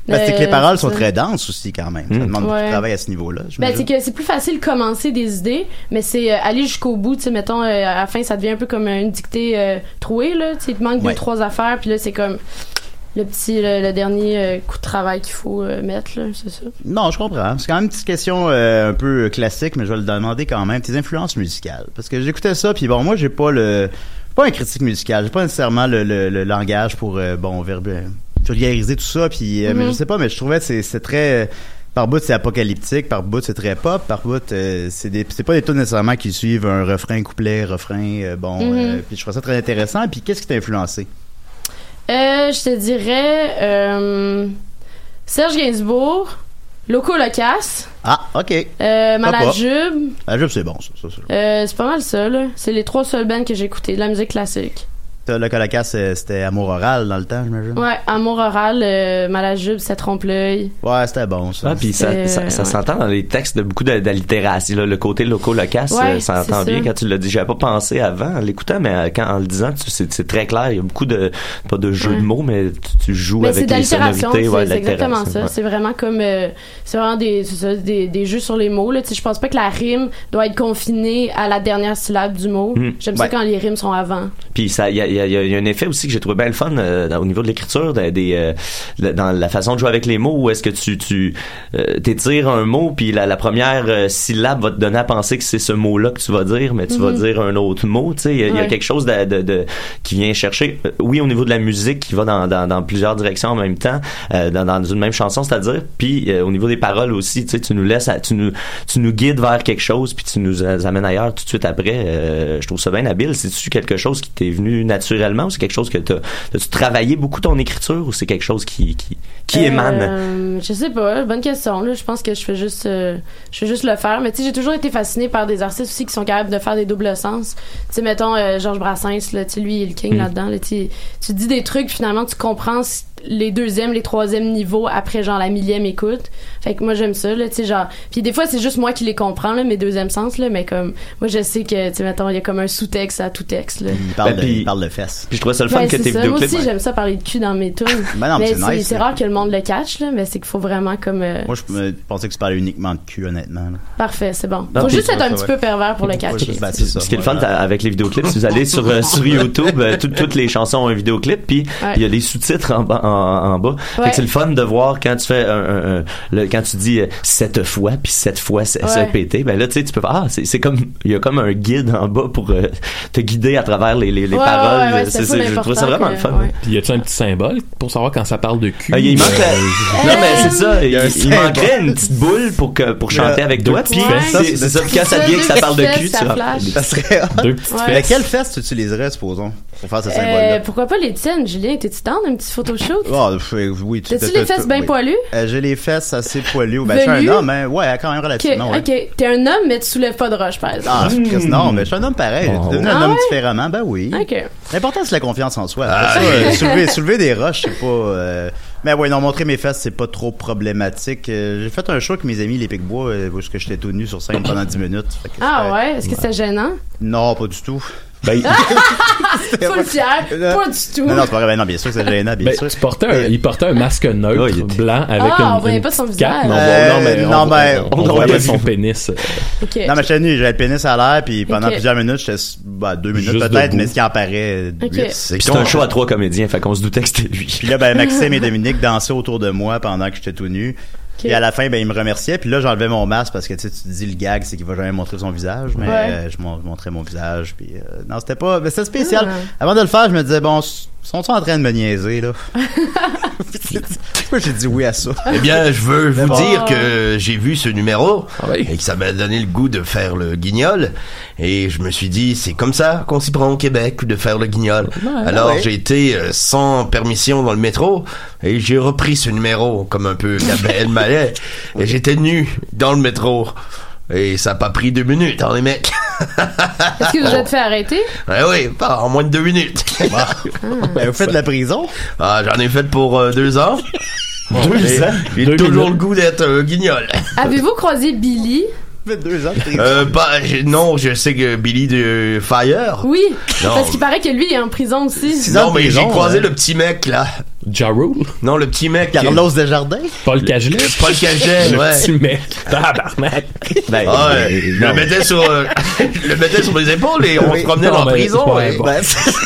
Speaker 3: Parce que c'est que les
Speaker 5: Euh,
Speaker 3: paroles
Speaker 5: c'est
Speaker 3: sont
Speaker 5: ça.
Speaker 3: très denses aussi, quand même. Ça demande beaucoup de
Speaker 5: Ouais.
Speaker 3: travail à ce niveau-là.
Speaker 5: Ben, c'est
Speaker 3: j'imagine.
Speaker 5: que c'est plus facile de commencer des idées, mais c'est euh, aller jusqu'au bout, tu sais, mettons, euh, à la fin, ça devient un peu comme une dictée euh, trouée, là, tu sais, il te manque
Speaker 3: Ouais.
Speaker 5: deux, trois affaires, puis là, c'est comme le petit, le, le dernier euh, coup de travail qu'il faut euh, mettre, là, c'est ça.
Speaker 3: Non, je comprends. C'est quand même une petite question euh, un peu classique, mais je vais le demander quand même. Tes influences musicales. Parce que j'écoutais ça, puis bon, moi, j'ai pas le. pas un critique musical. J'ai pas nécessairement le, le- le langage pour, euh, bon, verbe, euh, vulgariser tout ça, puis. euh, Mais
Speaker 5: Mhm.
Speaker 3: je sais pas, mais je trouvais que c'est c'est très. Par bout, c'est apocalyptique. Par bout, c'est très pop. Par bout, euh, c'est des, c'est pas des tunes nécessairement qui suivent un refrain, couplet, refrain. euh, bon,
Speaker 5: Mhm.
Speaker 3: euh, puis je trouvais ça très intéressant. Puis qu'est-ce qui t'a influencé?
Speaker 5: Euh, je te dirais euh, Serge Gainsbourg, Loco Locasse,
Speaker 3: Ah, ok.
Speaker 5: euh,
Speaker 3: Papa.
Speaker 5: Malade Jube,
Speaker 3: Ah, je sais, c'est bon, ça, ça, ça.
Speaker 5: euh, c'est pas mal ça, là. C'est les trois seuls bands que j'ai écoutés, de la musique classique.
Speaker 3: T'as le colocasse, euh, c'était amour oral dans le temps, j'imagine.
Speaker 5: Ouais, amour oral, euh, malajube, ça trompe l'œil.
Speaker 3: Ouais, c'était bon, ça.
Speaker 4: Ah, puis ça,
Speaker 5: Euh,
Speaker 4: ça, ça
Speaker 5: ouais.
Speaker 4: s'entend dans les textes de beaucoup de- d'allitération. là. Le côté loco-locasse,
Speaker 5: Ouais,
Speaker 4: ça s'entend
Speaker 5: c'est
Speaker 4: bien
Speaker 5: ça.
Speaker 4: quand tu l'as dit. J'avais pas pensé avant en l'écoutant, mais euh, quand, en le disant, tu- c'est c'est très clair. Il y a beaucoup de, pas de jeux
Speaker 5: Ouais.
Speaker 4: de mots, mais tu, tu joues
Speaker 5: Mais Ben, c'est
Speaker 4: avec
Speaker 5: de
Speaker 4: les
Speaker 5: l'altération,
Speaker 4: sonorités. ouais,
Speaker 5: c'est- c'est exactement
Speaker 4: d'allitération,
Speaker 5: ça. C'est vraiment comme. euh, c'est vraiment des, c'est ça, des, des jeux sur les mots. Là. Tu sais, Je pense pas que la rime doit être confinée à la dernière syllabe du mot.
Speaker 4: Mm.
Speaker 5: J'aime
Speaker 4: Ouais.
Speaker 5: ça quand les rimes sont avant.
Speaker 4: Puis ça, il y a, il y a- il y a- il y a un effet aussi que j'ai trouvé bien le fun euh, dans- au niveau de l'écriture, des, des, euh, de- dans la façon de jouer avec les mots, où est-ce que tu tu euh, t'étires un mot, puis la, la première euh, syllabe va te donner à penser que c'est ce mot-là que tu vas dire, mais tu vas
Speaker 5: Mhm.
Speaker 4: dire un autre mot. Tu sais, il y a- il y, a
Speaker 5: Ouais.
Speaker 4: quelque chose de, de- de- qui vient chercher. euh, Oui, au niveau de la musique, qui va dans, dans, dans plusieurs directions en même temps, euh, dans, dans une même chanson, c'est-à-dire. Puis euh, au niveau des paroles aussi, tu sais, tu nous laisses, à- tu nous tu nous guides vers quelque chose puis tu nous a- amènes ailleurs tout de suite après. Euh, je trouve ça bien habile. C'est-tu quelque chose qui t'est venu naturellement ou c'est quelque chose que t'as, tu travaillé beaucoup ton écriture ou c'est quelque chose qui, qui, qui
Speaker 5: Euh,
Speaker 4: émane?
Speaker 5: Je sais pas, bonne question. Là. Je pense que je fais juste, euh, je fais juste le faire. Mais tu sais, j'ai toujours été fascinée par des artistes aussi qui sont capables de faire des doubles sens. Tu sais, mettons euh, Georges Brassens, là, tu sais, lui, il est le king
Speaker 4: Mm.
Speaker 5: là-dedans. Là, tu sais, tu dis des trucs, puis finalement, tu comprends c- les deuxièmes, les troisièmes niveaux après genre la millième écoute. Fait que moi j'aime ça là, tu sais genre. Puis des fois c'est juste moi qui les comprends là, mes deuxièmes sens là, mais comme moi je sais que tu sais mettons il y a comme un sous-texte à tout texte là.
Speaker 3: Il parle,
Speaker 4: Ben,
Speaker 3: de,
Speaker 4: puis-
Speaker 3: il parle de fesses.
Speaker 4: Puis je trouvais ça le fun
Speaker 5: Ouais,
Speaker 4: que
Speaker 5: c'est
Speaker 4: tes
Speaker 5: ça. Moi
Speaker 4: vidéoclips.
Speaker 5: aussi j'aime ça parler de cul dans mes tunes.
Speaker 3: Ben non, mais
Speaker 5: mais
Speaker 3: c'est
Speaker 5: c'est
Speaker 3: nice,
Speaker 5: c'est
Speaker 3: ça.
Speaker 5: rare que le monde le cache là, mais c'est qu'il faut vraiment comme euh,
Speaker 3: Moi, je me- pensais que tu parlais uniquement de cul, honnêtement. là.
Speaker 5: Parfait, c'est bon.
Speaker 4: Non,
Speaker 5: Faut
Speaker 4: puis-
Speaker 5: juste être un
Speaker 3: ça,
Speaker 5: petit
Speaker 3: ouais.
Speaker 5: peu pervers pour le
Speaker 3: Faut
Speaker 5: catcher.
Speaker 3: juste battre Ben, ça,
Speaker 4: Ce qui est le fun
Speaker 3: voilà.
Speaker 4: t'as- avec les vidéoclips, si vous allez sur, euh, sur YouTube, euh, tout- toutes les chansons ont un vidéoclip, puis
Speaker 5: Ouais.
Speaker 4: il y a les sous-titres en, bas- en, en bas. Fait
Speaker 5: Ouais.
Speaker 4: que c'est le fun de voir quand tu fais un, un- un- le- quand tu dis euh, sept fois, puis sept fois c'est-
Speaker 5: Ouais.
Speaker 4: SEPT, ben là tu sais, tu peux faire, ah, c'est c'est comme, il y a comme un guide en bas pour euh, te guider à travers les, les, les
Speaker 5: Ouais, ouais,
Speaker 4: paroles. euh,
Speaker 5: ouais, ouais,
Speaker 4: C'est-
Speaker 5: c'est
Speaker 4: c'est-
Speaker 5: full
Speaker 4: je trouve ça
Speaker 5: important
Speaker 4: vraiment le
Speaker 5: que-
Speaker 4: fun.
Speaker 5: ouais.
Speaker 6: Puis y a-tu un petit symbole pour savoir quand ça parle de cul? Euh,
Speaker 4: Ah, il manque la- Non mais
Speaker 5: Euh,
Speaker 4: c'est ça, il,
Speaker 3: y a un
Speaker 4: il
Speaker 3: symbole.
Speaker 4: manquait une petite boule pour que pour chanter
Speaker 3: Euh,
Speaker 4: avec
Speaker 6: deux
Speaker 4: toi.
Speaker 6: petits
Speaker 4: Puis
Speaker 5: fesses.
Speaker 4: c'est c'est ça, puis quand ça devient que ça parle de
Speaker 5: Deux
Speaker 4: cul,
Speaker 5: petites
Speaker 4: tu
Speaker 5: fesses, ça
Speaker 4: remplis.
Speaker 5: flash.
Speaker 3: Ça serait hot.
Speaker 6: Deux petites
Speaker 5: Ouais.
Speaker 3: Mais quelle fesse tu utiliserais, supposons, pour faire ce symbole-là?
Speaker 5: Euh, pourquoi pas les tiennes, Julien? T'es-tu dans un petit photoshoot?
Speaker 3: Oh, pff, oui, tu
Speaker 5: T'as-tu
Speaker 3: t'as-
Speaker 5: les
Speaker 3: t'as-
Speaker 5: fesses bien
Speaker 3: oui.
Speaker 5: poilues?
Speaker 3: Euh, J'ai les fesses assez poilues. Ben, je suis un
Speaker 5: Velues?
Speaker 3: homme, hein. Ouais, quand même
Speaker 5: Ok,
Speaker 3: relativement. ouais.
Speaker 5: ok. T'es un homme, mais tu soulèves pas de roche, par exemple.
Speaker 3: Ah, Chris, non, mais je suis un homme pareil. Tu es devenu un
Speaker 5: Ah
Speaker 3: homme
Speaker 5: ouais?
Speaker 3: différemment, ben oui.
Speaker 5: Ok.
Speaker 3: L'important, c'est la confiance en soi.
Speaker 2: Ah,
Speaker 3: Ça,
Speaker 2: oui.
Speaker 3: euh, soulever, soulever des roches, c'est pas. euh, Mais ouais, non, montrer mes fesses, c'est pas trop problématique. Euh, J'ai fait un show avec mes amis les Picbois, euh, où est-ce que j'étais tout nu sur scène pendant 10 minutes. Fait que
Speaker 5: Ah
Speaker 3: c'était-
Speaker 5: ouais? Est-ce que c'est gênant?
Speaker 3: Non, pas du tout.
Speaker 2: Ben,
Speaker 5: Full fier?
Speaker 3: Euh,
Speaker 5: Pas du tout.
Speaker 3: Ah, Non, non, c'est pas vrai. Ben non, bien sûr que c'est gênant, bien
Speaker 6: Ben,
Speaker 3: sûr. Euh,
Speaker 6: tu portais un- il portait un masque neutre
Speaker 4: Ouais, il était-
Speaker 6: blanc avec
Speaker 5: Ah, on
Speaker 6: une,
Speaker 5: voyait
Speaker 6: une
Speaker 5: pas son
Speaker 6: cape.
Speaker 5: visage.
Speaker 6: Non,
Speaker 3: Euh,
Speaker 6: bon, non, mais on,
Speaker 3: non, ben,
Speaker 6: on,
Speaker 3: on
Speaker 6: voyait
Speaker 3: voyait
Speaker 6: son
Speaker 3: son-
Speaker 6: pénis. euh,
Speaker 5: Ok.
Speaker 3: Non, mais j'étais nu, j'avais le pénis à l'air, puis pendant
Speaker 5: Ok.
Speaker 3: plusieurs minutes, j'étais. Bah, deux minutes
Speaker 6: Juste
Speaker 3: peut-être,
Speaker 6: debout.
Speaker 3: mais ce qui en paraît, euh,
Speaker 5: Ok.
Speaker 3: huit.
Speaker 2: C'est
Speaker 4: Puis c'est un show à trois comédiens, fait qu'on se doutait que c'était lui.
Speaker 3: Puis là, ben, Maxime et Dominique dansaient autour de moi pendant que j'étais tout nu.
Speaker 5: Ok.
Speaker 3: Et à la fin, ben, ils me remerciaient. Puis là, j'enlevais mon masque parce que tu sais, tu te dis le gag, c'est qu'il va jamais montrer son visage. Mais
Speaker 5: Ouais.
Speaker 3: euh, je mon- montrais mon visage. Puis euh, non, c'était pas. Mais c'était spécial.
Speaker 5: Ah.
Speaker 3: Avant de le faire, je me disais, bon, s- sont-ils en train de me niaiser, là? Puis c'est- Pourquoi j'ai dit oui à ça?
Speaker 2: Eh bien, je veux vous
Speaker 3: D'abord.
Speaker 2: dire que j'ai vu ce numéro
Speaker 6: Ah oui.
Speaker 2: et que ça m'a donné le goût de faire le guignol. Et je me suis dit, c'est comme ça qu'on s'y prend au Québec, de faire le guignol. Alors,
Speaker 3: ouais.
Speaker 2: j'ai été euh, sans permission dans le métro et j'ai repris ce numéro comme un peu la belle malais. Et j'étais nu dans le métro. Et ça a pas pris deux minutes, hein, les mecs.
Speaker 5: Est-ce que vous êtes fait arrêter?
Speaker 2: Eh oui, pas en moins de deux minutes.
Speaker 3: Ben, vous faites de la prison?
Speaker 2: Ah, j'en ai fait pour euh, deux ans.
Speaker 4: Deux
Speaker 2: Et J'ai
Speaker 6: Deux
Speaker 2: toujours
Speaker 6: minutes.
Speaker 2: le goût d'être euh, guignol.
Speaker 5: Avez-vous croisé Billy?
Speaker 3: Vous faites deux ans de prison.
Speaker 2: Euh, bah, j'ai- non, je sais que Billy de Fire.
Speaker 5: Oui.
Speaker 2: Non.
Speaker 5: Parce qu'il paraît que lui, il est en prison aussi.
Speaker 2: Non, mais
Speaker 3: prison,
Speaker 2: j'ai croisé
Speaker 3: hein.
Speaker 2: le petit mec là.
Speaker 6: Ja Rule,
Speaker 2: Non, le petit mec. qui est-
Speaker 3: Carlos Desjardins?
Speaker 6: Paul Cagelet,
Speaker 2: Paul Caget, ouais.
Speaker 6: petit mec, tabarnak.
Speaker 4: Ben,
Speaker 2: Ah, ouais,
Speaker 4: euh,
Speaker 2: je
Speaker 4: non.
Speaker 2: le mettais sur, euh, je le mettais sur les épaules et on
Speaker 6: Oui.
Speaker 2: se promenait
Speaker 6: Non,
Speaker 2: dans la
Speaker 6: mais c'est
Speaker 2: prison.
Speaker 6: pas
Speaker 2: et-
Speaker 6: important.
Speaker 3: Ben, c'est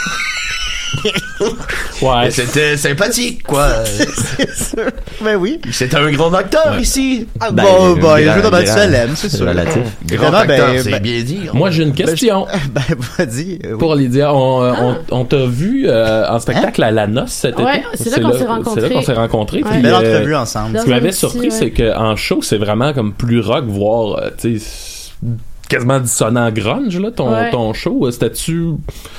Speaker 6: Ouais,
Speaker 2: et C'était sympathique, quoi.
Speaker 3: c'est sûr. Ben oui.
Speaker 2: C'était un grand acteur ici.
Speaker 3: Ah,
Speaker 4: Ben,
Speaker 3: bon, ben, il a joué
Speaker 4: grand-
Speaker 3: dans Bad
Speaker 4: grand-
Speaker 3: Salem, c'est sûr.
Speaker 4: relatif.
Speaker 2: Grand
Speaker 3: Vraiment,
Speaker 2: acteur,
Speaker 3: ben,
Speaker 2: c'est
Speaker 3: ben-
Speaker 2: bien dire.
Speaker 6: moi j'ai une question.
Speaker 3: Ben, vas-y. euh, oui.
Speaker 6: Pour Lydia, on, euh, on, on t'a vu euh, en spectacle
Speaker 3: Hein?
Speaker 6: à la noce cet
Speaker 5: Ah. Ouais, c'est
Speaker 6: été.
Speaker 5: là qu'on s'est
Speaker 6: C'est là
Speaker 5: rencontrés.
Speaker 6: qu'on s'est rencontrés.
Speaker 5: Ouais.
Speaker 6: puis,
Speaker 3: Belle
Speaker 6: euh,
Speaker 3: entrevue ensemble.
Speaker 6: ce qui m'avait
Speaker 5: Dans un
Speaker 6: surpris,
Speaker 5: petit,
Speaker 6: c'est qu'en show, c'est vraiment comme plus rock, voire euh, tu sais, quasiment dissonant grunge, là, ton,
Speaker 5: Ouais.
Speaker 6: ton show. C'était-tu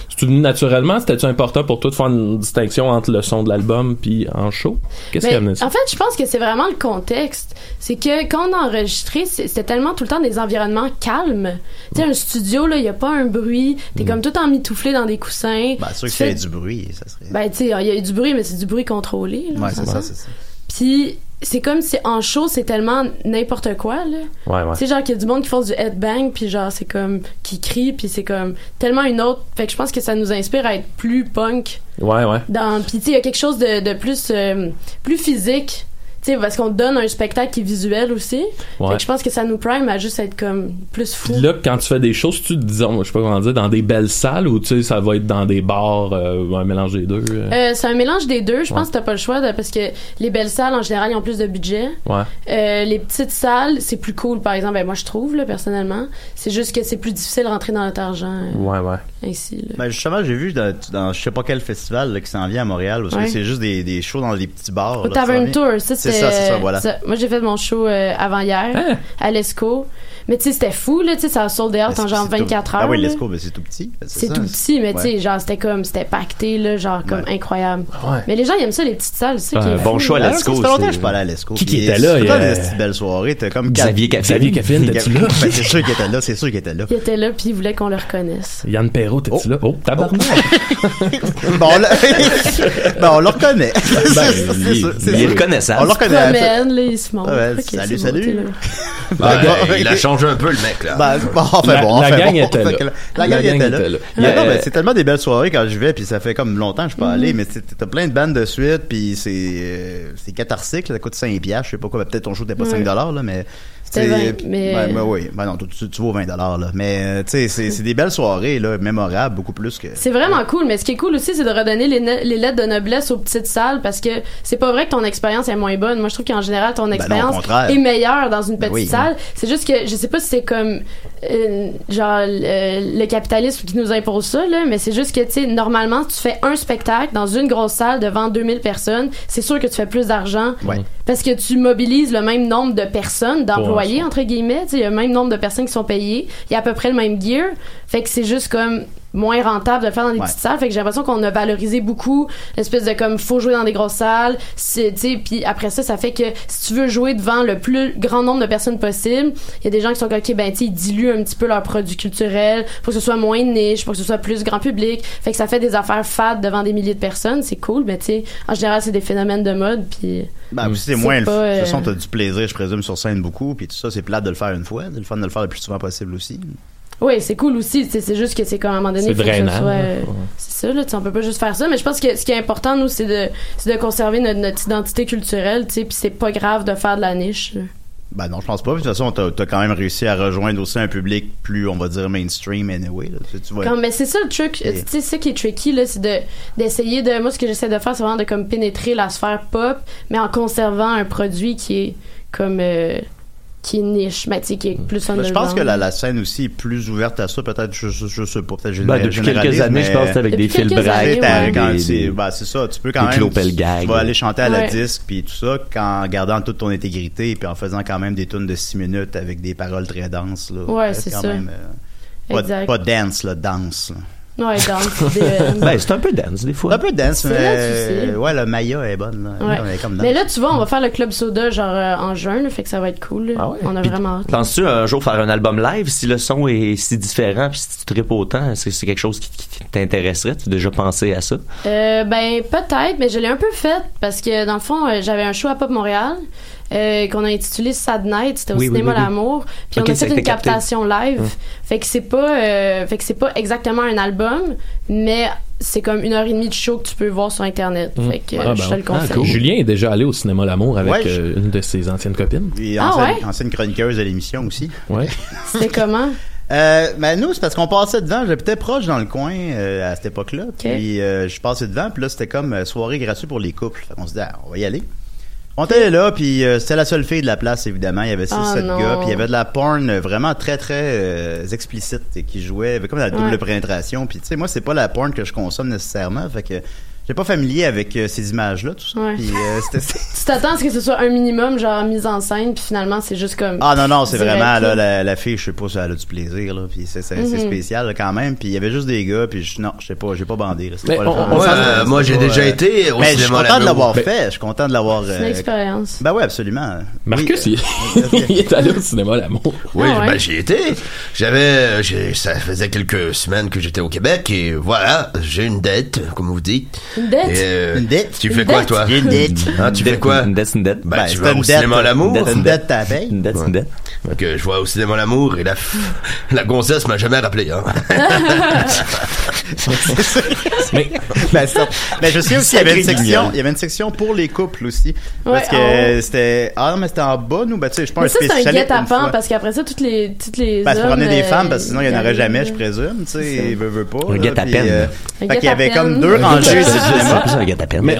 Speaker 6: C'est-tu venu naturellement? C'était-tu important pour toi de faire une distinction entre le son de l'album puis en show? Qu'est-ce qui a
Speaker 5: Ben,
Speaker 6: amené ça?
Speaker 5: En fait, je pense que c'est vraiment le contexte. C'est que quand on a enregistré, c'est- c'était tellement tout le temps des environnements calmes. Tu sais, un studio, là, il n'y a pas un bruit. T'es
Speaker 6: Mm.
Speaker 5: comme tout emmitouflé dans des coussins.
Speaker 3: Ben, sûr que
Speaker 5: Tu
Speaker 3: s'il y
Speaker 5: fais-
Speaker 3: avait du bruit, ça serait.
Speaker 5: Ben, tu sais, il y a eu du bruit, mais c'est du bruit contrôlé. là,
Speaker 3: ouais,
Speaker 5: on
Speaker 3: c'est
Speaker 5: s'entend.
Speaker 3: ça, c'est ça.
Speaker 5: Puis c'est comme si en show, c'est tellement n'importe quoi, là.
Speaker 6: Ouais, ouais.
Speaker 5: Tu sais, genre qu'il y a du monde qui font du headbang, puis genre c'est comme. qui crie, puis c'est comme tellement une autre. Fait que je pense que ça nous inspire à être plus punk.
Speaker 6: Ouais, ouais.
Speaker 5: Dans, puis tu sais, il y a quelque chose de, de plus, euh, plus physique. Tu sais, parce qu'on donne un spectacle qui est visuel aussi. Fait
Speaker 6: Ouais.
Speaker 5: que je pense que ça nous prime à juste être comme plus fou.
Speaker 6: Puis là, quand tu fais des choses, tu disons, je sais pas comment dire, dans des belles salles ou tu sais, ça va être dans des bars, euh, un mélange des deux. euh?
Speaker 5: Euh, c'est un mélange des deux. Je
Speaker 6: Ouais.
Speaker 5: pense que t'as pas le choix de- parce que les belles salles, en général, ils ont plus de budget.
Speaker 6: Ouais.
Speaker 5: Euh, les petites salles, c'est plus cool, par exemple. Ben, moi, je trouve, là, personnellement. C'est juste que c'est plus difficile de rentrer dans notre argent euh,
Speaker 6: Ouais, ouais.
Speaker 5: ainsi. là.
Speaker 3: Ben, justement, j'ai vu dans, dans je sais pas quel festival là, qui s'en vient à Montréal, parce que
Speaker 5: Ouais.
Speaker 3: c'est juste des, des shows dans des petits bars.
Speaker 5: Au
Speaker 3: là, qui s'en
Speaker 5: Tavern
Speaker 3: vient.
Speaker 5: Tour, ça,
Speaker 3: Oh, C'est
Speaker 5: c'est
Speaker 3: ça, c'est ça, voilà.
Speaker 5: Moi, j'ai fait mon show euh, avant-hier
Speaker 6: Hein?
Speaker 5: à l'ESCO. Mais tu sais, c'était fou, là. Tu sais, ça a sold out
Speaker 3: Mais
Speaker 5: en
Speaker 3: c'est-
Speaker 5: genre
Speaker 3: c'est tout-
Speaker 5: 24 heures.
Speaker 3: Ah oui,
Speaker 5: là.
Speaker 3: l'ESCO, ben, c'est tout petit. ben,
Speaker 5: C'est
Speaker 3: ça,
Speaker 5: tout petit, mais
Speaker 3: ouais.
Speaker 5: tu sais, genre, c'était comme, c'était pacté, là, genre, comme
Speaker 3: Ouais.
Speaker 5: incroyable.
Speaker 6: Ouais.
Speaker 5: Mais les gens, ils aiment ça, les petites salles, c'est ça qui
Speaker 6: Ben,
Speaker 5: est
Speaker 4: bon
Speaker 5: fou,
Speaker 4: choix,
Speaker 5: là.
Speaker 3: Ah,
Speaker 4: Let's
Speaker 3: ça
Speaker 4: go,
Speaker 3: fait longtemps
Speaker 4: c'est-
Speaker 3: que je suis pas allé à l'ESCO.
Speaker 4: Qui qui
Speaker 3: Puis,
Speaker 4: était
Speaker 3: c'est
Speaker 4: là,
Speaker 3: tout le temps
Speaker 4: euh,
Speaker 3: des petites belles soirées. T'as comme
Speaker 4: Xavier Caffin.
Speaker 6: Xavier Caffin, t'es-tu là?
Speaker 3: Ben, c'est sûr qu'il était là, c'est sûr qu'il était là.
Speaker 5: Ils étaient là, puis ils voulaient qu'on le reconnaisse.
Speaker 6: Yann Perrault, t'es-tu là? Oh, tabarnak!
Speaker 3: Bon, on le, ben, on le reconnaît. C'est- c'est
Speaker 6: il-
Speaker 3: sûr, c'est
Speaker 4: Il est
Speaker 3: sûr. On le
Speaker 4: reconnaissable.
Speaker 5: Ils se
Speaker 3: reconnaît.
Speaker 5: promènent, là, ils se montrent.
Speaker 3: Ah ouais,
Speaker 5: Ok,
Speaker 3: salut,
Speaker 5: c'est beau,
Speaker 3: salut.
Speaker 5: t'es là.
Speaker 2: Ouais,
Speaker 3: D'accord.
Speaker 2: Ben, il a changé un peu le mec là.
Speaker 3: Ben, bon, enfin
Speaker 6: La-
Speaker 3: bon,
Speaker 6: la
Speaker 3: enfin
Speaker 6: gang
Speaker 3: bon.
Speaker 6: était là.
Speaker 3: Fait que La, la gang, était, là.
Speaker 6: Il y a-
Speaker 3: Non, non, mais c'est tellement des belles soirées quand je vais, puis ça fait comme longtemps que je suis pas allé, mais c'est- t'as plein de bandes de suite, puis c'est euh, c'est cathartique, là, ça coûte 5 piastres, je sais pas quoi, ben, peut-être ton show n'était pas
Speaker 5: Ouais.
Speaker 3: 5 dollars, là, mais...
Speaker 5: C'était
Speaker 3: c'est-
Speaker 5: 20, mais-
Speaker 3: Ben, ben oui, ben non, tu, tu, tu vaux 20 dollars, là, mais euh, tu sais, c'est c'est des belles soirées, là, mémorables, beaucoup plus que...
Speaker 5: C'est vraiment cool, mais ce qui est cool aussi, c'est de redonner les, ne- les lettres de noblesse aux petites salles parce que c'est pas vrai que ton expérience est moins bonne. Moi, je trouve qu'en général, ton
Speaker 3: Ben non, au
Speaker 5: expérience
Speaker 3: contraire.
Speaker 5: est meilleure dans une
Speaker 3: Ben
Speaker 5: petite
Speaker 3: oui.
Speaker 5: salle. C'est juste que je sais pas si c'est comme euh, genre euh, le capitalisme qui nous impose ça, là, mais c'est juste que, tu sais, normalement, tu fais un spectacle dans une grosse salle devant 2000 personnes, c'est sûr que tu fais plus d'argent
Speaker 3: Ouais.
Speaker 5: parce que tu mobilises le même nombre de personnes, d'employés, entre guillemets. tu sais, Il y a le même nombre de personnes qui sont payées. Il y a à peu près le même gear. Fait que c'est juste comme moins rentable de le faire dans des
Speaker 3: Ouais.
Speaker 5: petites salles. Fait que j'ai l'impression qu'on a valorisé beaucoup l'espèce de comme faut jouer dans des grosses salles. c'est- tu sais, Puis après ça, ça fait que si tu veux jouer devant le plus grand nombre de personnes possible, il y a des gens qui sont comme, OK, ben, tu sais, ils diluent un petit peu leurs produits culturels pour que ce soit moins niche, pour que ce soit plus grand public. Fait que ça fait des affaires fades devant des milliers de personnes. C'est cool, mais tu sais, en général, c'est des phénomènes de mode. Puis.
Speaker 3: Ben, aussi, c'est
Speaker 5: C'est
Speaker 3: moins... le-
Speaker 5: pas,
Speaker 3: De toute façon,
Speaker 5: euh,
Speaker 3: t'as du plaisir, je présume, sur scène beaucoup, puis tout ça, c'est plate de le faire une fois, c'est le fun de le faire le plus souvent possible aussi.
Speaker 5: Oui, c'est cool aussi. tu sais, C'est juste que c'est comme à un moment donné.
Speaker 6: C'est
Speaker 5: faut que ce
Speaker 6: drainant,
Speaker 5: soit,
Speaker 6: là.
Speaker 5: euh, C'est ça, là. tu sais, On peut pas juste faire ça. Mais je pense que ce qui est important, nous, c'est de, c'est de conserver notre, notre identité culturelle, tu sais. Puis c'est pas grave de faire de la niche. là.
Speaker 3: Ben non, je pense pas. Puis De toute façon, t'as t'as quand même réussi à rejoindre aussi un public plus, on va dire, mainstream anyway. Là. Tu, tu vois,
Speaker 5: Comme- mais c'est ça le truc.
Speaker 3: Et-
Speaker 5: Tu sais, ça qui est tricky, là. C'est de, d'essayer de. Moi, ce que j'essaie de faire, c'est vraiment de comme pénétrer la sphère pop, mais en conservant un produit qui est comme. euh, qui est niche, mais tu sais, qui est plus
Speaker 3: Ben, je pense
Speaker 5: underground.
Speaker 3: que la, la scène aussi est plus ouverte à ça, peut-être, je, je, je sais pas, peut-être
Speaker 4: Ben,
Speaker 3: général-
Speaker 4: depuis quelques
Speaker 3: généraliste,
Speaker 4: années, je
Speaker 3: mais-
Speaker 4: pense que c'était avec
Speaker 5: Depuis
Speaker 4: des fils
Speaker 5: quelques années,
Speaker 4: braques.
Speaker 3: Tu sais, t'as-
Speaker 5: ouais.
Speaker 3: quand
Speaker 4: des-
Speaker 3: c'est-
Speaker 4: des-
Speaker 3: ben, c'est ça, tu peux
Speaker 4: des
Speaker 3: quand même. Tu,
Speaker 4: Klopelgag.
Speaker 3: tu vas aller chanter à la
Speaker 5: Ouais.
Speaker 3: disque, puis tout ça, quand- en gardant toute ton intégrité, puis en faisant quand même des tunes de 6 minutes avec des paroles très denses. Là,
Speaker 5: Ouais,
Speaker 3: Peut-être
Speaker 5: c'est
Speaker 3: quand
Speaker 5: ça.
Speaker 3: même, euh, pas-
Speaker 5: Exact.
Speaker 3: pas, dance, là, danse. là.
Speaker 5: Ouais, donc, des- euh,
Speaker 4: Ben, c'est un peu dance, des fois.
Speaker 3: Un peu dance,
Speaker 5: C'est
Speaker 3: mais.
Speaker 5: là que tu sais.
Speaker 3: ouais, le Maya est bonne. Là.
Speaker 5: Ouais.
Speaker 3: Elle est comme
Speaker 5: Mais
Speaker 3: dance.
Speaker 5: là, tu vois, on va faire le club soda genre euh, en juin, là, fait que ça va être cool. là.
Speaker 4: Ah ouais?
Speaker 5: On a
Speaker 4: Puis,
Speaker 5: vraiment hâte.
Speaker 4: Penses-tu un jour faire un album live si le son est si différent puis si tu tripes autant? Est-ce que c'est quelque chose qui, qui t'intéresserait? Tu as déjà pensé à ça?
Speaker 5: Euh, ben peut-être, mais je l'ai un peu fait parce que dans le fond, euh, j'avais un show à Pop Montréal euh, qu'on a intitulé Sad Night, c'était au
Speaker 4: Oui, oui,
Speaker 5: cinéma
Speaker 4: oui, oui.
Speaker 5: l'amour, puis
Speaker 4: Ok,
Speaker 5: on a
Speaker 4: ça a
Speaker 5: fait
Speaker 4: été
Speaker 5: une
Speaker 4: capté.
Speaker 5: captation live. Fait que c'est pas euh, fait que c'est pas exactement un album, mais c'est comme une heure et demie de show que tu peux voir sur internet. Fait que euh,
Speaker 6: Ah, ben
Speaker 5: je te
Speaker 6: ouais.
Speaker 5: le conseille.
Speaker 6: Julien est déjà allé au cinéma L'Amour avec
Speaker 3: Ouais, je-
Speaker 6: euh, une de ses anciennes copines.
Speaker 3: Et
Speaker 5: Ah
Speaker 3: ancienne-
Speaker 5: ouais?
Speaker 3: ancienne chroniqueuse de l'émission aussi.
Speaker 6: Ouais.
Speaker 5: C'était comment
Speaker 3: Euh, ben nous, c'est parce qu'on passait devant. J'habitais proche dans le coin euh, à cette époque-là. Puis euh, je passais devant. Puis là, c'était comme euh, soirée gratuite pour les couples. On se dit, ah, on va y aller. On était là, puis euh, c'était la seule fille de la place, évidemment. Il y avait 6-7
Speaker 5: Ah, non.
Speaker 3: gars, puis il y avait de la porn euh, vraiment très, très euh, explicite et qui jouait avec comme la double
Speaker 5: Ouais.
Speaker 3: pénétration. Puis tu sais, moi, c'est pas la porn que je consomme nécessairement. Fait que J'étais pas familier avec euh, ces images-là, tout ça.
Speaker 5: Ouais.
Speaker 3: Puis, euh, c'était- c'était-
Speaker 5: Tu t'attends à ce que ce soit un minimum, genre mise en scène, puis finalement, c'est juste comme.
Speaker 3: Ah non, non, c'est
Speaker 5: direct,
Speaker 3: vraiment, là, la, la fille, je sais pas si elle a du plaisir, là, puis c'est, c'est, c'est
Speaker 5: Mhm.
Speaker 3: spécial, là, quand même, puis il y avait juste des gars, puis je, non, je sais pas, j'ai pas bandé, là, c'était
Speaker 6: Mais
Speaker 3: pas le
Speaker 6: on-
Speaker 3: fun.
Speaker 6: on
Speaker 2: Ouais,
Speaker 3: C'était
Speaker 2: euh,
Speaker 3: pas-
Speaker 2: moi, j'ai
Speaker 3: c'était pas,
Speaker 2: déjà
Speaker 3: euh,
Speaker 2: été au
Speaker 3: Mais je suis
Speaker 2: cinéma
Speaker 3: content de
Speaker 2: l'amour.
Speaker 3: l'avoir fait, je suis content de l'avoir...
Speaker 5: C'est une
Speaker 3: euh,
Speaker 5: expérience.
Speaker 3: ben oui, absolument.
Speaker 6: Marcus,
Speaker 3: Oui,
Speaker 6: il... il est allé au cinéma l'amour.
Speaker 2: Oui,
Speaker 5: Ah ouais.
Speaker 2: ben, j'y étais. J'avais, euh, j'ai- ça faisait quelques semaines que j'étais au Québec et voilà, j'ai une dette, comme vous dites.
Speaker 5: Une dette?
Speaker 2: Et, euh,
Speaker 3: Une dette?
Speaker 2: Tu
Speaker 5: Une
Speaker 2: fais quoi,
Speaker 5: dette?
Speaker 2: toi
Speaker 3: Une dette.
Speaker 2: Hein, tu fais quoi
Speaker 4: Une dette, c'est une dette.
Speaker 2: Ben,
Speaker 3: Ben,
Speaker 2: tu
Speaker 3: c'est
Speaker 2: vas
Speaker 3: une
Speaker 2: au
Speaker 3: dette,
Speaker 2: cinéma l'amour.
Speaker 3: une dette, une dette, t'as payé.
Speaker 4: Une dette, c'est une dette.
Speaker 2: Fait que je vois au cinéma l'amour et la, f- la gonzesse m'a jamais rappelé. Hein.
Speaker 6: Mais
Speaker 3: Ben, ça- ben, je sais aussi, il y avait une
Speaker 4: Sacré
Speaker 3: section,
Speaker 4: guignol.
Speaker 3: il y avait une section pour les couples aussi. parce
Speaker 5: Ouais,
Speaker 3: que
Speaker 5: on-
Speaker 3: c'était, ah non, mais c'était en bas, nous, ben, tu sais, je suis pas
Speaker 5: Mais ça, c'est un
Speaker 3: spécialiste, une
Speaker 5: guet-apens
Speaker 3: fois.
Speaker 5: parce qu'après ça, toutes les. Toutes les
Speaker 3: Ben, c'est pour
Speaker 5: hommes,
Speaker 3: amener des
Speaker 5: euh,
Speaker 3: femmes, parce que sinon, il n'y en aurait
Speaker 5: arrivent,
Speaker 3: jamais,
Speaker 5: euh,
Speaker 3: je présume, tu sais,
Speaker 5: c'est
Speaker 3: ils veulent, veulent pas.
Speaker 4: Un
Speaker 3: là,
Speaker 4: guet-apens.
Speaker 3: puis, euh,
Speaker 5: Un
Speaker 3: Fait qu'il y avait
Speaker 5: guet-apens.
Speaker 3: comme deux rangées
Speaker 4: C'est
Speaker 3: au cinéma.
Speaker 4: plus un guet à
Speaker 6: mais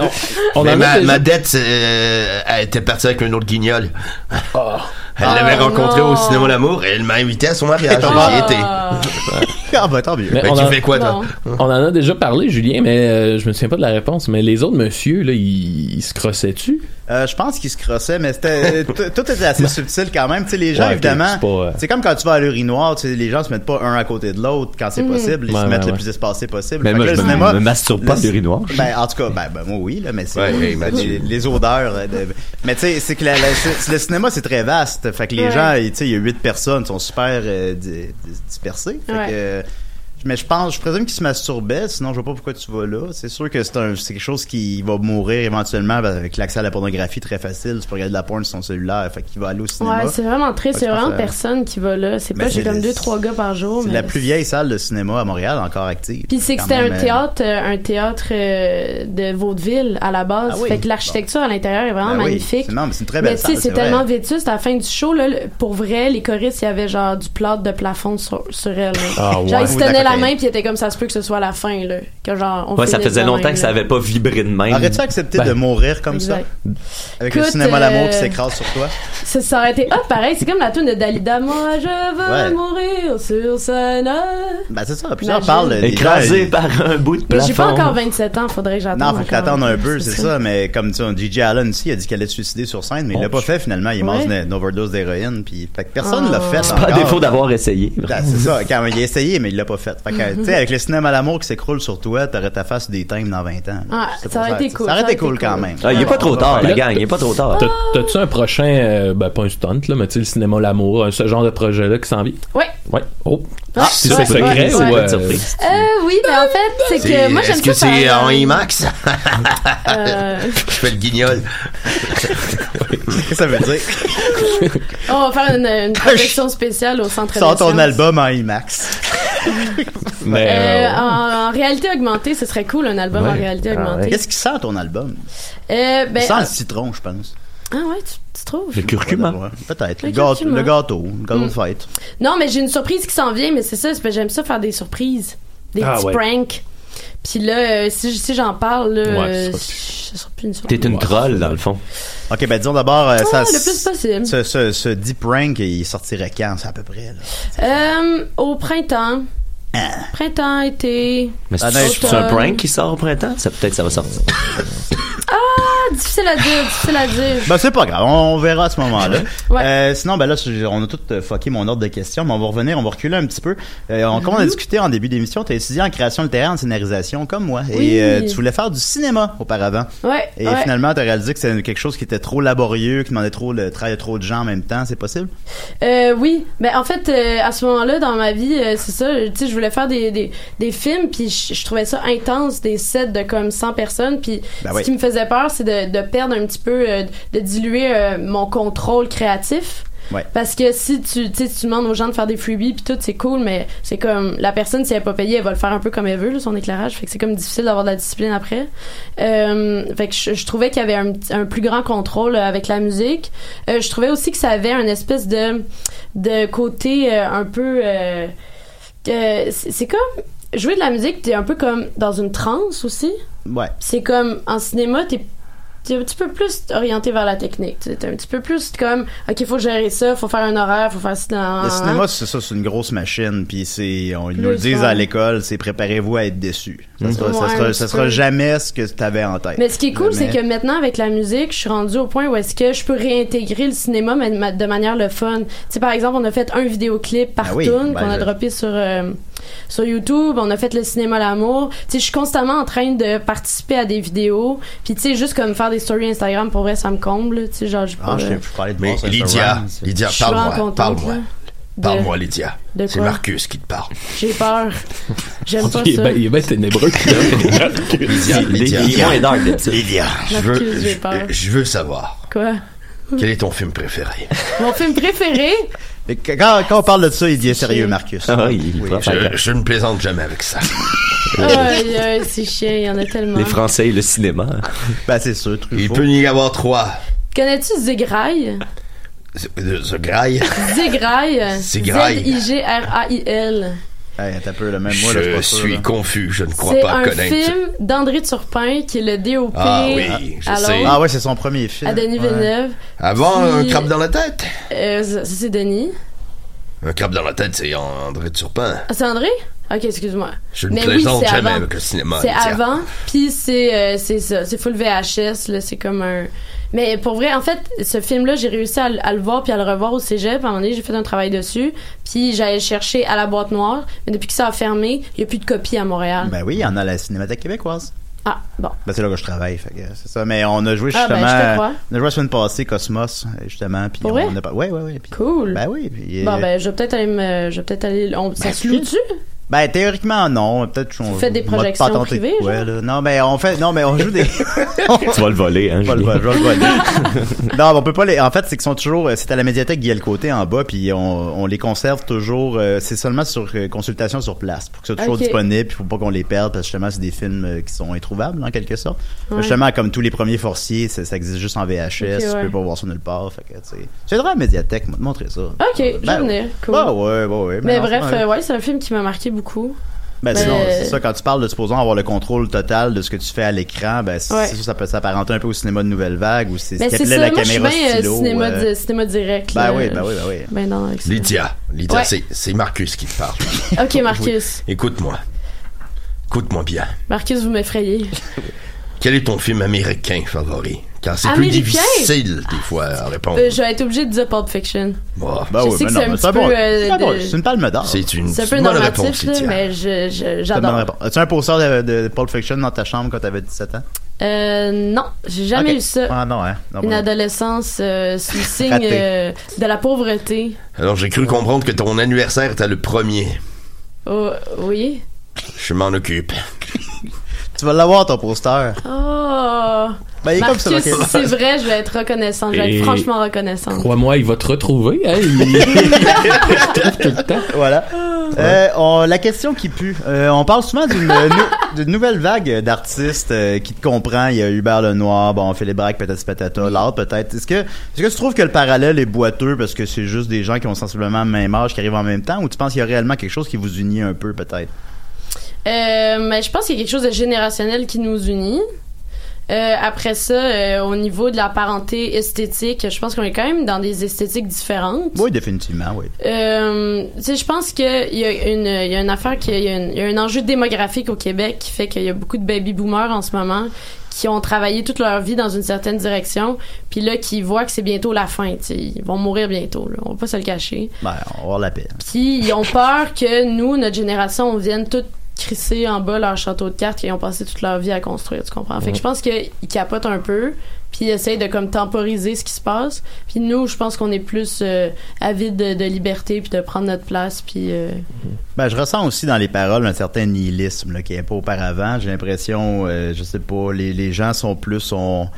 Speaker 6: on, on
Speaker 2: Mais
Speaker 6: en
Speaker 2: ma,
Speaker 6: a
Speaker 2: ma
Speaker 6: déjà...
Speaker 2: dette, c'est, euh, elle était partie avec un autre guignol. Elle
Speaker 5: Ah,
Speaker 2: l'avait rencontré
Speaker 5: non.
Speaker 2: au cinéma l'amour et elle m'a invité à son mariage.
Speaker 3: Ah.
Speaker 2: J'y étais.
Speaker 5: Ah.
Speaker 3: Ah, bah, tant mieux.
Speaker 6: Mais
Speaker 2: Ben,
Speaker 6: on
Speaker 2: tu
Speaker 6: en-
Speaker 2: fais quoi, toi
Speaker 5: Non.
Speaker 6: On en a déjà parlé, Julien, mais euh, je me souviens pas de la réponse. Mais les autres monsieur, là, ils, ils se crossaient-tu?
Speaker 3: Euh, je pense qu'ils se crossaient, mais c'était euh, t- tout était assez subtil quand même. Tu sais, les gens
Speaker 6: Ouais, ok,
Speaker 3: évidemment,
Speaker 6: c'est pas, euh,
Speaker 3: c'est comme quand tu vas à l'urinoir, tu sais, les gens se mettent pas un à côté de l'autre quand
Speaker 5: Mhm.
Speaker 3: c'est possible, ils
Speaker 6: Ouais,
Speaker 3: se
Speaker 6: ouais,
Speaker 3: mettent le
Speaker 6: ouais.
Speaker 3: plus espacé possible.
Speaker 4: Mais
Speaker 3: Fait
Speaker 4: moi,
Speaker 3: que
Speaker 4: je
Speaker 3: le
Speaker 4: me-
Speaker 3: cinéma-
Speaker 4: me masturbe pas
Speaker 3: le-
Speaker 4: à l'urinoir.
Speaker 3: Ben en tout cas, ben, ben, moi oui là, mais c'est
Speaker 2: Ouais, hey, Mathieu.
Speaker 3: les, les odeurs. euh, de- mais tu sais, c'est que la- la- c'est- le cinéma c'est très vaste, fait que les
Speaker 5: Ouais.
Speaker 3: gens, ils- tu sais, il y a huit personnes, ils sont super euh, di- di- dispersés. Fait
Speaker 5: Ouais.
Speaker 3: que, euh, mais je pense, je présume qu'il se masturbait, sinon je vois pas pourquoi tu vas là. C'est sûr que c'est un, c'est quelque chose qui va mourir éventuellement ben, avec l'accès à la pornographie très facile. Tu peux regarder de la porn sur son cellulaire, fait qu'il va aller au cinéma.
Speaker 5: Ouais, c'est vraiment triste.
Speaker 3: Ouais,
Speaker 5: C'est
Speaker 3: je pense
Speaker 5: vraiment
Speaker 3: à-
Speaker 5: personne qui va là. C'est
Speaker 3: Mais
Speaker 5: pas, j'ai
Speaker 3: c'est-
Speaker 5: comme deux, trois gars par jour.
Speaker 3: c'est
Speaker 5: mais
Speaker 3: la plus vieille salle de cinéma à Montréal encore active.
Speaker 5: Puis c'est que
Speaker 3: Quand
Speaker 5: c'était un
Speaker 3: même, euh,
Speaker 5: théâtre, euh, un théâtre euh, de vaudeville à la base.
Speaker 3: Ah oui.
Speaker 5: Fait que l'architecture à l'intérieur est vraiment
Speaker 3: ben oui,
Speaker 5: magnifique.
Speaker 3: c'est- non, mais c'est une très belle
Speaker 5: Mais tu
Speaker 3: salle.
Speaker 5: sais, c'est
Speaker 3: vrai.
Speaker 5: tellement vétuste. À la fin du show, là, le- pour vrai, les choristes, il y avait genre du plâtre de plafond sur, sur elle. là.
Speaker 6: Ah,
Speaker 5: Genre, ils se
Speaker 3: Ou de la
Speaker 5: tenaient la
Speaker 3: cocaïne.
Speaker 5: main, puis ils étaient comme ça se peut que ce soit la fin. Là, que genre, on
Speaker 4: Ouais, ça
Speaker 5: finisse
Speaker 4: faisait
Speaker 5: de
Speaker 4: longtemps
Speaker 5: même,
Speaker 4: que ça
Speaker 5: là.
Speaker 4: avait pas vibré de même.
Speaker 3: Aurais-tu accepté
Speaker 6: Ben,
Speaker 3: de mourir comme
Speaker 5: Exact.
Speaker 3: ça? Avec le
Speaker 5: Écoute,
Speaker 3: cinéma L'amour qui
Speaker 5: euh,
Speaker 3: s'écrase sur toi?
Speaker 5: Ça, ça aurait été. Ah, pareil, c'est comme la tune de Dalida. Moi, je veux
Speaker 3: Ouais.
Speaker 5: mourir sur scène.
Speaker 3: Ben, c'est ça. Plusieurs
Speaker 5: Imagine.
Speaker 3: parlent. euh, des gens,
Speaker 4: Écrasé
Speaker 3: ils-
Speaker 4: par un bout de
Speaker 5: Mais j'ai pas
Speaker 4: plafond.
Speaker 5: encore 27 ans, faudrait que j'attende.
Speaker 3: Non, faut que
Speaker 5: encore.
Speaker 3: t'attendes un peu, c'est
Speaker 5: C'est
Speaker 3: ça, mais comme tu sais, DJ Allen aussi, il a dit qu'elle allait se suicider sur scène, mais il l'a
Speaker 6: Oh,
Speaker 3: pas
Speaker 6: je-
Speaker 3: fait finalement, il est mort
Speaker 5: Ouais.
Speaker 3: d'une d'une overdose d'héroïne, puis fait que personne
Speaker 5: Ah.
Speaker 3: l'a fait.
Speaker 4: Pas à
Speaker 3: encore.
Speaker 4: défaut d'avoir essayé.
Speaker 3: Ben, C'est ça, quand il a essayé, mais il l'a pas fait. Fait
Speaker 5: Mm-hmm.
Speaker 3: que, tu sais, avec le cinéma à l'amour qui s'écroule sur toi, t'aurais ta face des thèmes dans 20 ans.
Speaker 5: Ah,
Speaker 3: C'est
Speaker 5: ça
Speaker 3: pour
Speaker 5: aurait été cool,
Speaker 3: Ça aurait été cool quand même.
Speaker 4: Ah, il est pas trop tard, la
Speaker 6: Là,
Speaker 4: gang. Il est pas trop tard.
Speaker 6: T'as- T'as-tu un prochain, euh, ben pas un stunt, là, mais tu sais, le cinéma L'amour, euh, ce genre de projet-là qui s'en vient?
Speaker 5: Ouais.
Speaker 6: Ouais. Oh,
Speaker 5: Ah,
Speaker 6: si
Speaker 5: ouais,
Speaker 6: c'est secret
Speaker 5: ouais,
Speaker 6: ou...
Speaker 5: ouais.
Speaker 6: euh,
Speaker 4: Surprise.
Speaker 5: Euh, oui, mais en fait, c'est que
Speaker 2: C'est-
Speaker 5: moi, j'aime
Speaker 2: Est-ce que
Speaker 5: ça
Speaker 2: c'est
Speaker 5: faire,
Speaker 2: en
Speaker 5: euh,
Speaker 2: IMAX
Speaker 5: euh,
Speaker 2: Je fais le guignol.
Speaker 3: Qu'est-ce que ça veut dire?
Speaker 5: on va faire une, une projection spéciale au centre
Speaker 3: Sors
Speaker 5: des
Speaker 3: ton
Speaker 5: sciences.
Speaker 3: album en IMAX.
Speaker 6: mais,
Speaker 5: Euh,
Speaker 6: euh, ouais.
Speaker 5: en, en réalité augmentée, ce serait cool un album
Speaker 4: Ouais.
Speaker 5: en réalité
Speaker 4: Ah,
Speaker 5: augmentée.
Speaker 3: Qu'est-ce qui sent ton album?
Speaker 5: Euh, ben,
Speaker 3: Il sent
Speaker 5: ah,
Speaker 3: le citron, je pense.
Speaker 5: ouais, tu, tu trouves?
Speaker 4: Le curcuma.
Speaker 3: Ouais, Peut-être. Le,
Speaker 5: Le
Speaker 3: gâteau,
Speaker 5: curcuma. Mm.
Speaker 3: le gâteau. Le gâteau de fête.
Speaker 5: Non, mais j'ai une surprise qui s'en vient, mais c'est ça, c'est parce que j'aime ça faire des surprises, des
Speaker 6: Ah,
Speaker 5: petits
Speaker 6: ouais.
Speaker 5: pranks. Puis là, euh, si, si j'en parle, là,
Speaker 6: Ouais,
Speaker 5: euh,
Speaker 6: ça
Speaker 5: ce sera plus une
Speaker 4: T'es
Speaker 5: surprise.
Speaker 4: une troll, dans le fond.
Speaker 3: Ok, ben disons d'abord, euh, ça,
Speaker 5: Ouais, le plus possible.
Speaker 3: ce, ce, ce deep prank, il sortirait quand, c'est à peu près. Là.
Speaker 5: Euh, au printemps. Printemps, été.
Speaker 4: Mais c'est
Speaker 3: Ah, non,
Speaker 4: c'est
Speaker 5: automne.
Speaker 4: un prank qui sort au printemps? Ça, peut-être ça va sortir.
Speaker 5: Ah, difficile à dire, difficile à dire.
Speaker 3: Ben c'est pas grave, on verra à ce moment-là.
Speaker 5: Ouais.
Speaker 3: Euh, sinon, ben là, je- on a tout euh, fucké mon ordre de questions, mais on va revenir, on va reculer un petit peu. Euh, on,
Speaker 5: Mm-hmm.
Speaker 3: comme on a discuté en début d'émission, t'as étudié en création littéraire, en scénarisation, comme moi,
Speaker 5: Oui.
Speaker 3: et euh, tu voulais faire du cinéma auparavant.
Speaker 5: Ouais,
Speaker 3: Et
Speaker 5: ouais.
Speaker 3: finalement, t'as réalisé que c'était quelque chose qui était trop laborieux, qui demandait trop le travail de trop de gens en même temps, c'est possible?
Speaker 5: Euh, oui, mais en fait, euh, à ce moment-là, dans ma vie, euh, c'est ça, tu sais, je voulais faire des, des, des films, puis je, je trouvais ça intense, des sets de comme 100 personnes, puis
Speaker 3: Ben
Speaker 5: ce
Speaker 3: oui.
Speaker 5: qui me faisait peur, c'est de, de perdre un petit peu, euh, de diluer euh, mon contrôle créatif.
Speaker 3: Ouais.
Speaker 5: Parce que si tu, tu sais, si tu demandes aux gens de faire des freebies puis tout, c'est cool, mais c'est comme la personne si elle est pas payée, elle va le faire un peu comme elle veut là, son éclairage. Fait que c'est comme difficile d'avoir de la discipline après. Euh, fait que je, je trouvais qu'il y avait un, petit- un plus grand contrôle euh, avec la musique. Euh, je trouvais aussi que ça avait un espèce de de côté euh, un peu. euh, euh, c'est c'est comme jouer de la musique, t'es un peu comme dans une transe aussi.
Speaker 3: Ouais.
Speaker 5: C'est comme en cinéma, t'es t'es un petit peu plus orienté vers la technique. T'es t'es un petit peu plus comme, ok, faut gérer ça, faut faire un horaire, faut faire ci, hein. nan,
Speaker 3: Le
Speaker 5: nan,
Speaker 3: cinéma,
Speaker 5: nan.
Speaker 3: c'est ça, c'est une grosse machine, puis c'est, on ils
Speaker 5: Ah.
Speaker 3: nous
Speaker 5: Plus,
Speaker 3: le disent
Speaker 5: ouais.
Speaker 3: à l'école, c'est préparez-vous à être déçus. Ça sera, ça
Speaker 5: Ouais,
Speaker 3: sera-
Speaker 5: un
Speaker 3: ça
Speaker 5: petit
Speaker 3: sera
Speaker 5: peu.
Speaker 3: jamais ce que tu avais en tête.
Speaker 5: Mais ce qui est cool, c'est
Speaker 3: Jamais.
Speaker 5: que maintenant, avec la musique, je suis rendue au point où est-ce que je peux réintégrer le cinéma mais de ma- de manière le fun. Tu sais, par exemple, on a fait un vidéoclip par
Speaker 3: Ah oui,
Speaker 5: toon
Speaker 3: ben
Speaker 5: qu'on a
Speaker 3: je-
Speaker 5: droppé sur, euh, sur YouTube. On a fait le cinéma L'amour. Tu sais, je suis constamment en train de participer à des vidéos. Puis, tu sais, juste comme faire des stories Instagram, pour vrai, ça me comble. Tu sais, genre, je
Speaker 3: Ah, je t'ai
Speaker 5: euh,
Speaker 3: plus parlé de
Speaker 2: Mais
Speaker 3: mon Instagram,
Speaker 2: Lydia,
Speaker 3: c'est-
Speaker 2: Lydia,
Speaker 5: je suis vraiment
Speaker 2: parle-moi,
Speaker 5: contente.
Speaker 2: parle-moi,
Speaker 5: là. De-
Speaker 2: parle-moi, Lydia.
Speaker 5: De
Speaker 2: C'est
Speaker 5: quoi?
Speaker 2: Marcus qui te parle.
Speaker 5: J'ai peur. J'aime pas
Speaker 6: Il est
Speaker 5: ça.
Speaker 6: ben- il est bien ténébreux.
Speaker 4: hein.
Speaker 6: là.
Speaker 2: Lydia, Lydia,
Speaker 4: Il est moins dark, d'habitude.
Speaker 2: Lydia, je veux,
Speaker 5: Marcus, j'ai
Speaker 2: je-
Speaker 5: peur.
Speaker 2: je veux savoir
Speaker 5: Quoi?
Speaker 2: quel est ton film préféré.
Speaker 5: Mon film préféré?
Speaker 3: Mais que- Quand, quand on parle de ça, il dit sérieux, Marcus.
Speaker 4: Ah, il
Speaker 3: Oui.
Speaker 4: prend sa
Speaker 2: Je,
Speaker 4: carte.
Speaker 2: je ne plaisante jamais avec ça. Oh.
Speaker 5: Ah,
Speaker 2: Euh,
Speaker 5: Aïe, aïe, c'est chiant, il y en a tellement.
Speaker 4: Les Français et le cinéma.
Speaker 3: Ben, c'est sûr,
Speaker 2: Il
Speaker 3: Truffaut.
Speaker 2: peut y avoir trois.
Speaker 5: Connais-tu Zigraille?
Speaker 2: The, the Grail.
Speaker 5: Zigrail.
Speaker 2: Zigrail.
Speaker 5: Z-I-G-R-A-I-L.
Speaker 3: Hey, t'as peu, le même moi, là,
Speaker 2: Je
Speaker 3: pas sûr,
Speaker 2: suis
Speaker 3: là.
Speaker 2: confus, je ne crois
Speaker 5: C'est
Speaker 2: pas
Speaker 5: un
Speaker 2: connaître. ce-
Speaker 5: film d'André Turpin qui est le DOP
Speaker 2: Ah oui, je
Speaker 5: à
Speaker 2: sais.
Speaker 5: Londres,
Speaker 3: Ah ouais, c'est son premier film.
Speaker 5: à Denis
Speaker 3: Ouais.
Speaker 5: Villeneuve.
Speaker 2: Avant, un
Speaker 5: Qui-
Speaker 2: crabe dans la tête.
Speaker 5: Euh, ça, ça, c'est Denis.
Speaker 2: Un crabe dans la tête, c'est André Turpin.
Speaker 5: Ah, c'est André? Ok, excuse-moi.
Speaker 2: Je ne
Speaker 5: Mais oui,
Speaker 2: plaisante
Speaker 5: c'est
Speaker 2: jamais
Speaker 5: avant.
Speaker 2: avec le cinéma.
Speaker 5: C'est
Speaker 2: Lydia.
Speaker 5: avant, puis c'est euh, c'est ça, c'est full VHS, là, c'est comme un... Mais pour vrai, en fait, ce film-là, j'ai réussi à, l- à le voir puis à le revoir au cégep. À un moment donné, j'ai fait un travail dessus, puis j'allais le chercher à la boîte noire. Mais depuis que ça a fermé, il n'y a plus de copie à Montréal.
Speaker 3: Ben oui, il y en a à la Cinémathèque québécoise.
Speaker 5: Ah, bon.
Speaker 3: Ben, c'est là que je travaille, fait que c'est ça. Mais on a joué
Speaker 5: Ah,
Speaker 3: justement.
Speaker 5: ben, je te crois.
Speaker 3: On a joué la semaine passée, Cosmos, justement. Puis
Speaker 5: Pour
Speaker 3: on,
Speaker 5: vrai?
Speaker 3: a pas. Ouais, ouais, ouais. puis-
Speaker 5: Cool.
Speaker 3: Ben oui. puis, euh,
Speaker 5: Bon, ben, je vais peut-être aller me. Je vais peut-être aller. on- ça
Speaker 3: Ben,
Speaker 5: se loue
Speaker 3: tu-
Speaker 5: dessus?
Speaker 3: Ben, théoriquement, non. Peut-être qu'on.
Speaker 5: fais des
Speaker 3: on va pas
Speaker 5: projections
Speaker 3: tenter de
Speaker 5: privées,
Speaker 3: quoi,
Speaker 5: genre?
Speaker 3: là. Non, mais on fait. Non, mais on joue des.
Speaker 4: Tu vas le voler, hein,
Speaker 3: Je vais le
Speaker 4: Julien.
Speaker 3: voler, je vais le voler. non, mais on peut pas les. En fait, c'est qu'ils sont toujours. euh, C'est à la médiathèque Guy Côté en bas, puis on, on les conserve toujours. euh, C'est seulement sur euh, consultation sur place pour que ce soit toujours
Speaker 5: Ok.
Speaker 3: disponible, puis pour pas qu'on les perde, parce que justement, c'est des films euh, qui sont introuvables en quelque sorte.
Speaker 5: Ouais.
Speaker 3: Justement, comme tous les premiers forciers, ça, ça existe juste en VHS.
Speaker 5: Ok,
Speaker 3: Tu
Speaker 5: ouais.
Speaker 3: peux pas voir ça nulle part. Fait que, tu sais. J'ai le droit à la médiathèque, moi, de montrer ça.
Speaker 5: Ok, je vais venir. Cool.
Speaker 3: Bah ouais, bah ouais.
Speaker 5: mais
Speaker 3: non,
Speaker 5: bref,
Speaker 3: c'est pas-
Speaker 5: euh, ouais, c'est un film qui m'a marqué beaucoup.
Speaker 3: ben,
Speaker 5: Ben,
Speaker 3: sinon,
Speaker 5: euh,
Speaker 3: c'est ça, quand tu parles de supposons avoir le contrôle total de ce que tu fais à l'écran, ben, c'est
Speaker 5: Ouais.
Speaker 3: c'est sûr, ça peut s'apparenter un peu au cinéma de Nouvelle Vague, ou c'est ce
Speaker 5: Mais c'est
Speaker 3: qu'appelait
Speaker 5: ça,
Speaker 3: la
Speaker 5: moi, je suis
Speaker 3: caméra
Speaker 5: bien euh,
Speaker 3: stylo.
Speaker 5: cinéma,
Speaker 3: euh,
Speaker 5: di- cinéma direct.
Speaker 3: Ben
Speaker 5: là.
Speaker 3: oui, ben oui, ben oui.
Speaker 5: Ben non, avec ça.
Speaker 2: Lydia, Lydia,
Speaker 5: Ouais.
Speaker 2: c'est- c'est Marcus qui te parle.
Speaker 5: Ok, Marcus.
Speaker 2: Écoute-moi. Écoute-moi bien.
Speaker 5: Marcus, vous m'effrayez.
Speaker 2: Quel est ton film américain favori? Car c'est plus
Speaker 5: Américain?
Speaker 2: difficile, des fois, à répondre.
Speaker 5: Euh, je vais être obligée de dire Pulp Fiction.
Speaker 2: Oh,
Speaker 3: Ben
Speaker 5: Je
Speaker 3: oui,
Speaker 5: sais
Speaker 3: ben
Speaker 5: que
Speaker 3: non,
Speaker 5: c'est un
Speaker 3: mais
Speaker 5: petit
Speaker 3: pas
Speaker 5: peu,
Speaker 3: bon.
Speaker 5: euh,
Speaker 3: C'est pas bon,
Speaker 5: de-
Speaker 3: c'est une palme d'or.
Speaker 2: c'est une,
Speaker 5: C'est un
Speaker 2: c'est
Speaker 5: peu
Speaker 2: une bonne réponse,
Speaker 5: normatif, là,
Speaker 2: Lydia.
Speaker 5: mais je- je-
Speaker 3: C'est une bonne
Speaker 5: j'adore.
Speaker 3: réponse. As-tu un poster de, de Pulp Fiction dans ta chambre quand t'avais 17 ans?
Speaker 5: Euh, non, j'ai jamais
Speaker 3: Ok.
Speaker 5: eu ça.
Speaker 3: Ah non, hein? Non,
Speaker 5: Une
Speaker 3: bon.
Speaker 5: adolescence euh, sous le signe
Speaker 3: Raté.
Speaker 5: euh, de la pauvreté.
Speaker 2: Alors, j'ai cru comprendre que ton anniversaire était le premier.
Speaker 5: Oh, oui.
Speaker 2: Je m'en occupe.
Speaker 3: Tu vas l'avoir, ton poster.
Speaker 5: Oh.
Speaker 3: Ben, il est
Speaker 5: Marcus,
Speaker 3: comme ça. ok.
Speaker 5: c'est vrai, je vais être reconnaissante. Je vais
Speaker 6: Et-
Speaker 5: être franchement reconnaissante.
Speaker 6: Crois-moi, il va te retrouver. hein, il- il te trouve tout le temps.
Speaker 3: Voilà. Euh, on- la question qui pue. Euh, on parle souvent d'une euh, nou- d'une nouvelle vague d'artistes euh, qui te comprend. Il y a Hubert Lenoir, bon, Philippe Braque, Patati Patata, l'art peut-être. Est-ce que, est-ce que tu trouves que le parallèle est boiteux parce que c'est juste des gens qui ont sensiblement le même âge qui arrivent en même temps ou tu penses qu'il y a réellement quelque chose qui vous unit un peu peut-être?
Speaker 5: Euh, mais je pense qu'il y a quelque chose de générationnel qui nous unit. Euh, après ça, euh, au niveau de la parenté esthétique, je pense qu'on est quand même dans des esthétiques différentes.
Speaker 3: Oui, définitivement, oui.
Speaker 5: Euh, tu sais, je pense qu'il y a une, il y a une affaire qui, il y, a une- il y a un enjeu démographique au Québec qui fait qu'il y a beaucoup de baby boomers en ce moment qui ont travaillé toute leur vie dans une certaine direction, puis là qui voient que c'est bientôt la fin. tu sais. Ils vont mourir bientôt. Là. On va pas se le cacher.
Speaker 3: Ben, on va avoir la paix.
Speaker 5: Puis ils ont peur que nous, notre génération, on vienne toutes crisser en bas leur château de cartes qu'ils ont passé toute leur vie à construire, tu comprends? Fait que je pense qu'ils capotent un peu, puis ils essayent de comme temporiser ce qui se passe. Puis nous, je pense qu'on est plus euh, avides de, de liberté, puis de prendre notre place, puis... euh,
Speaker 3: Ben, je ressens aussi dans les paroles un certain nihilisme là, qui n'y pas auparavant. J'ai l'impression, euh, je sais pas, les, les gens sont plus... On,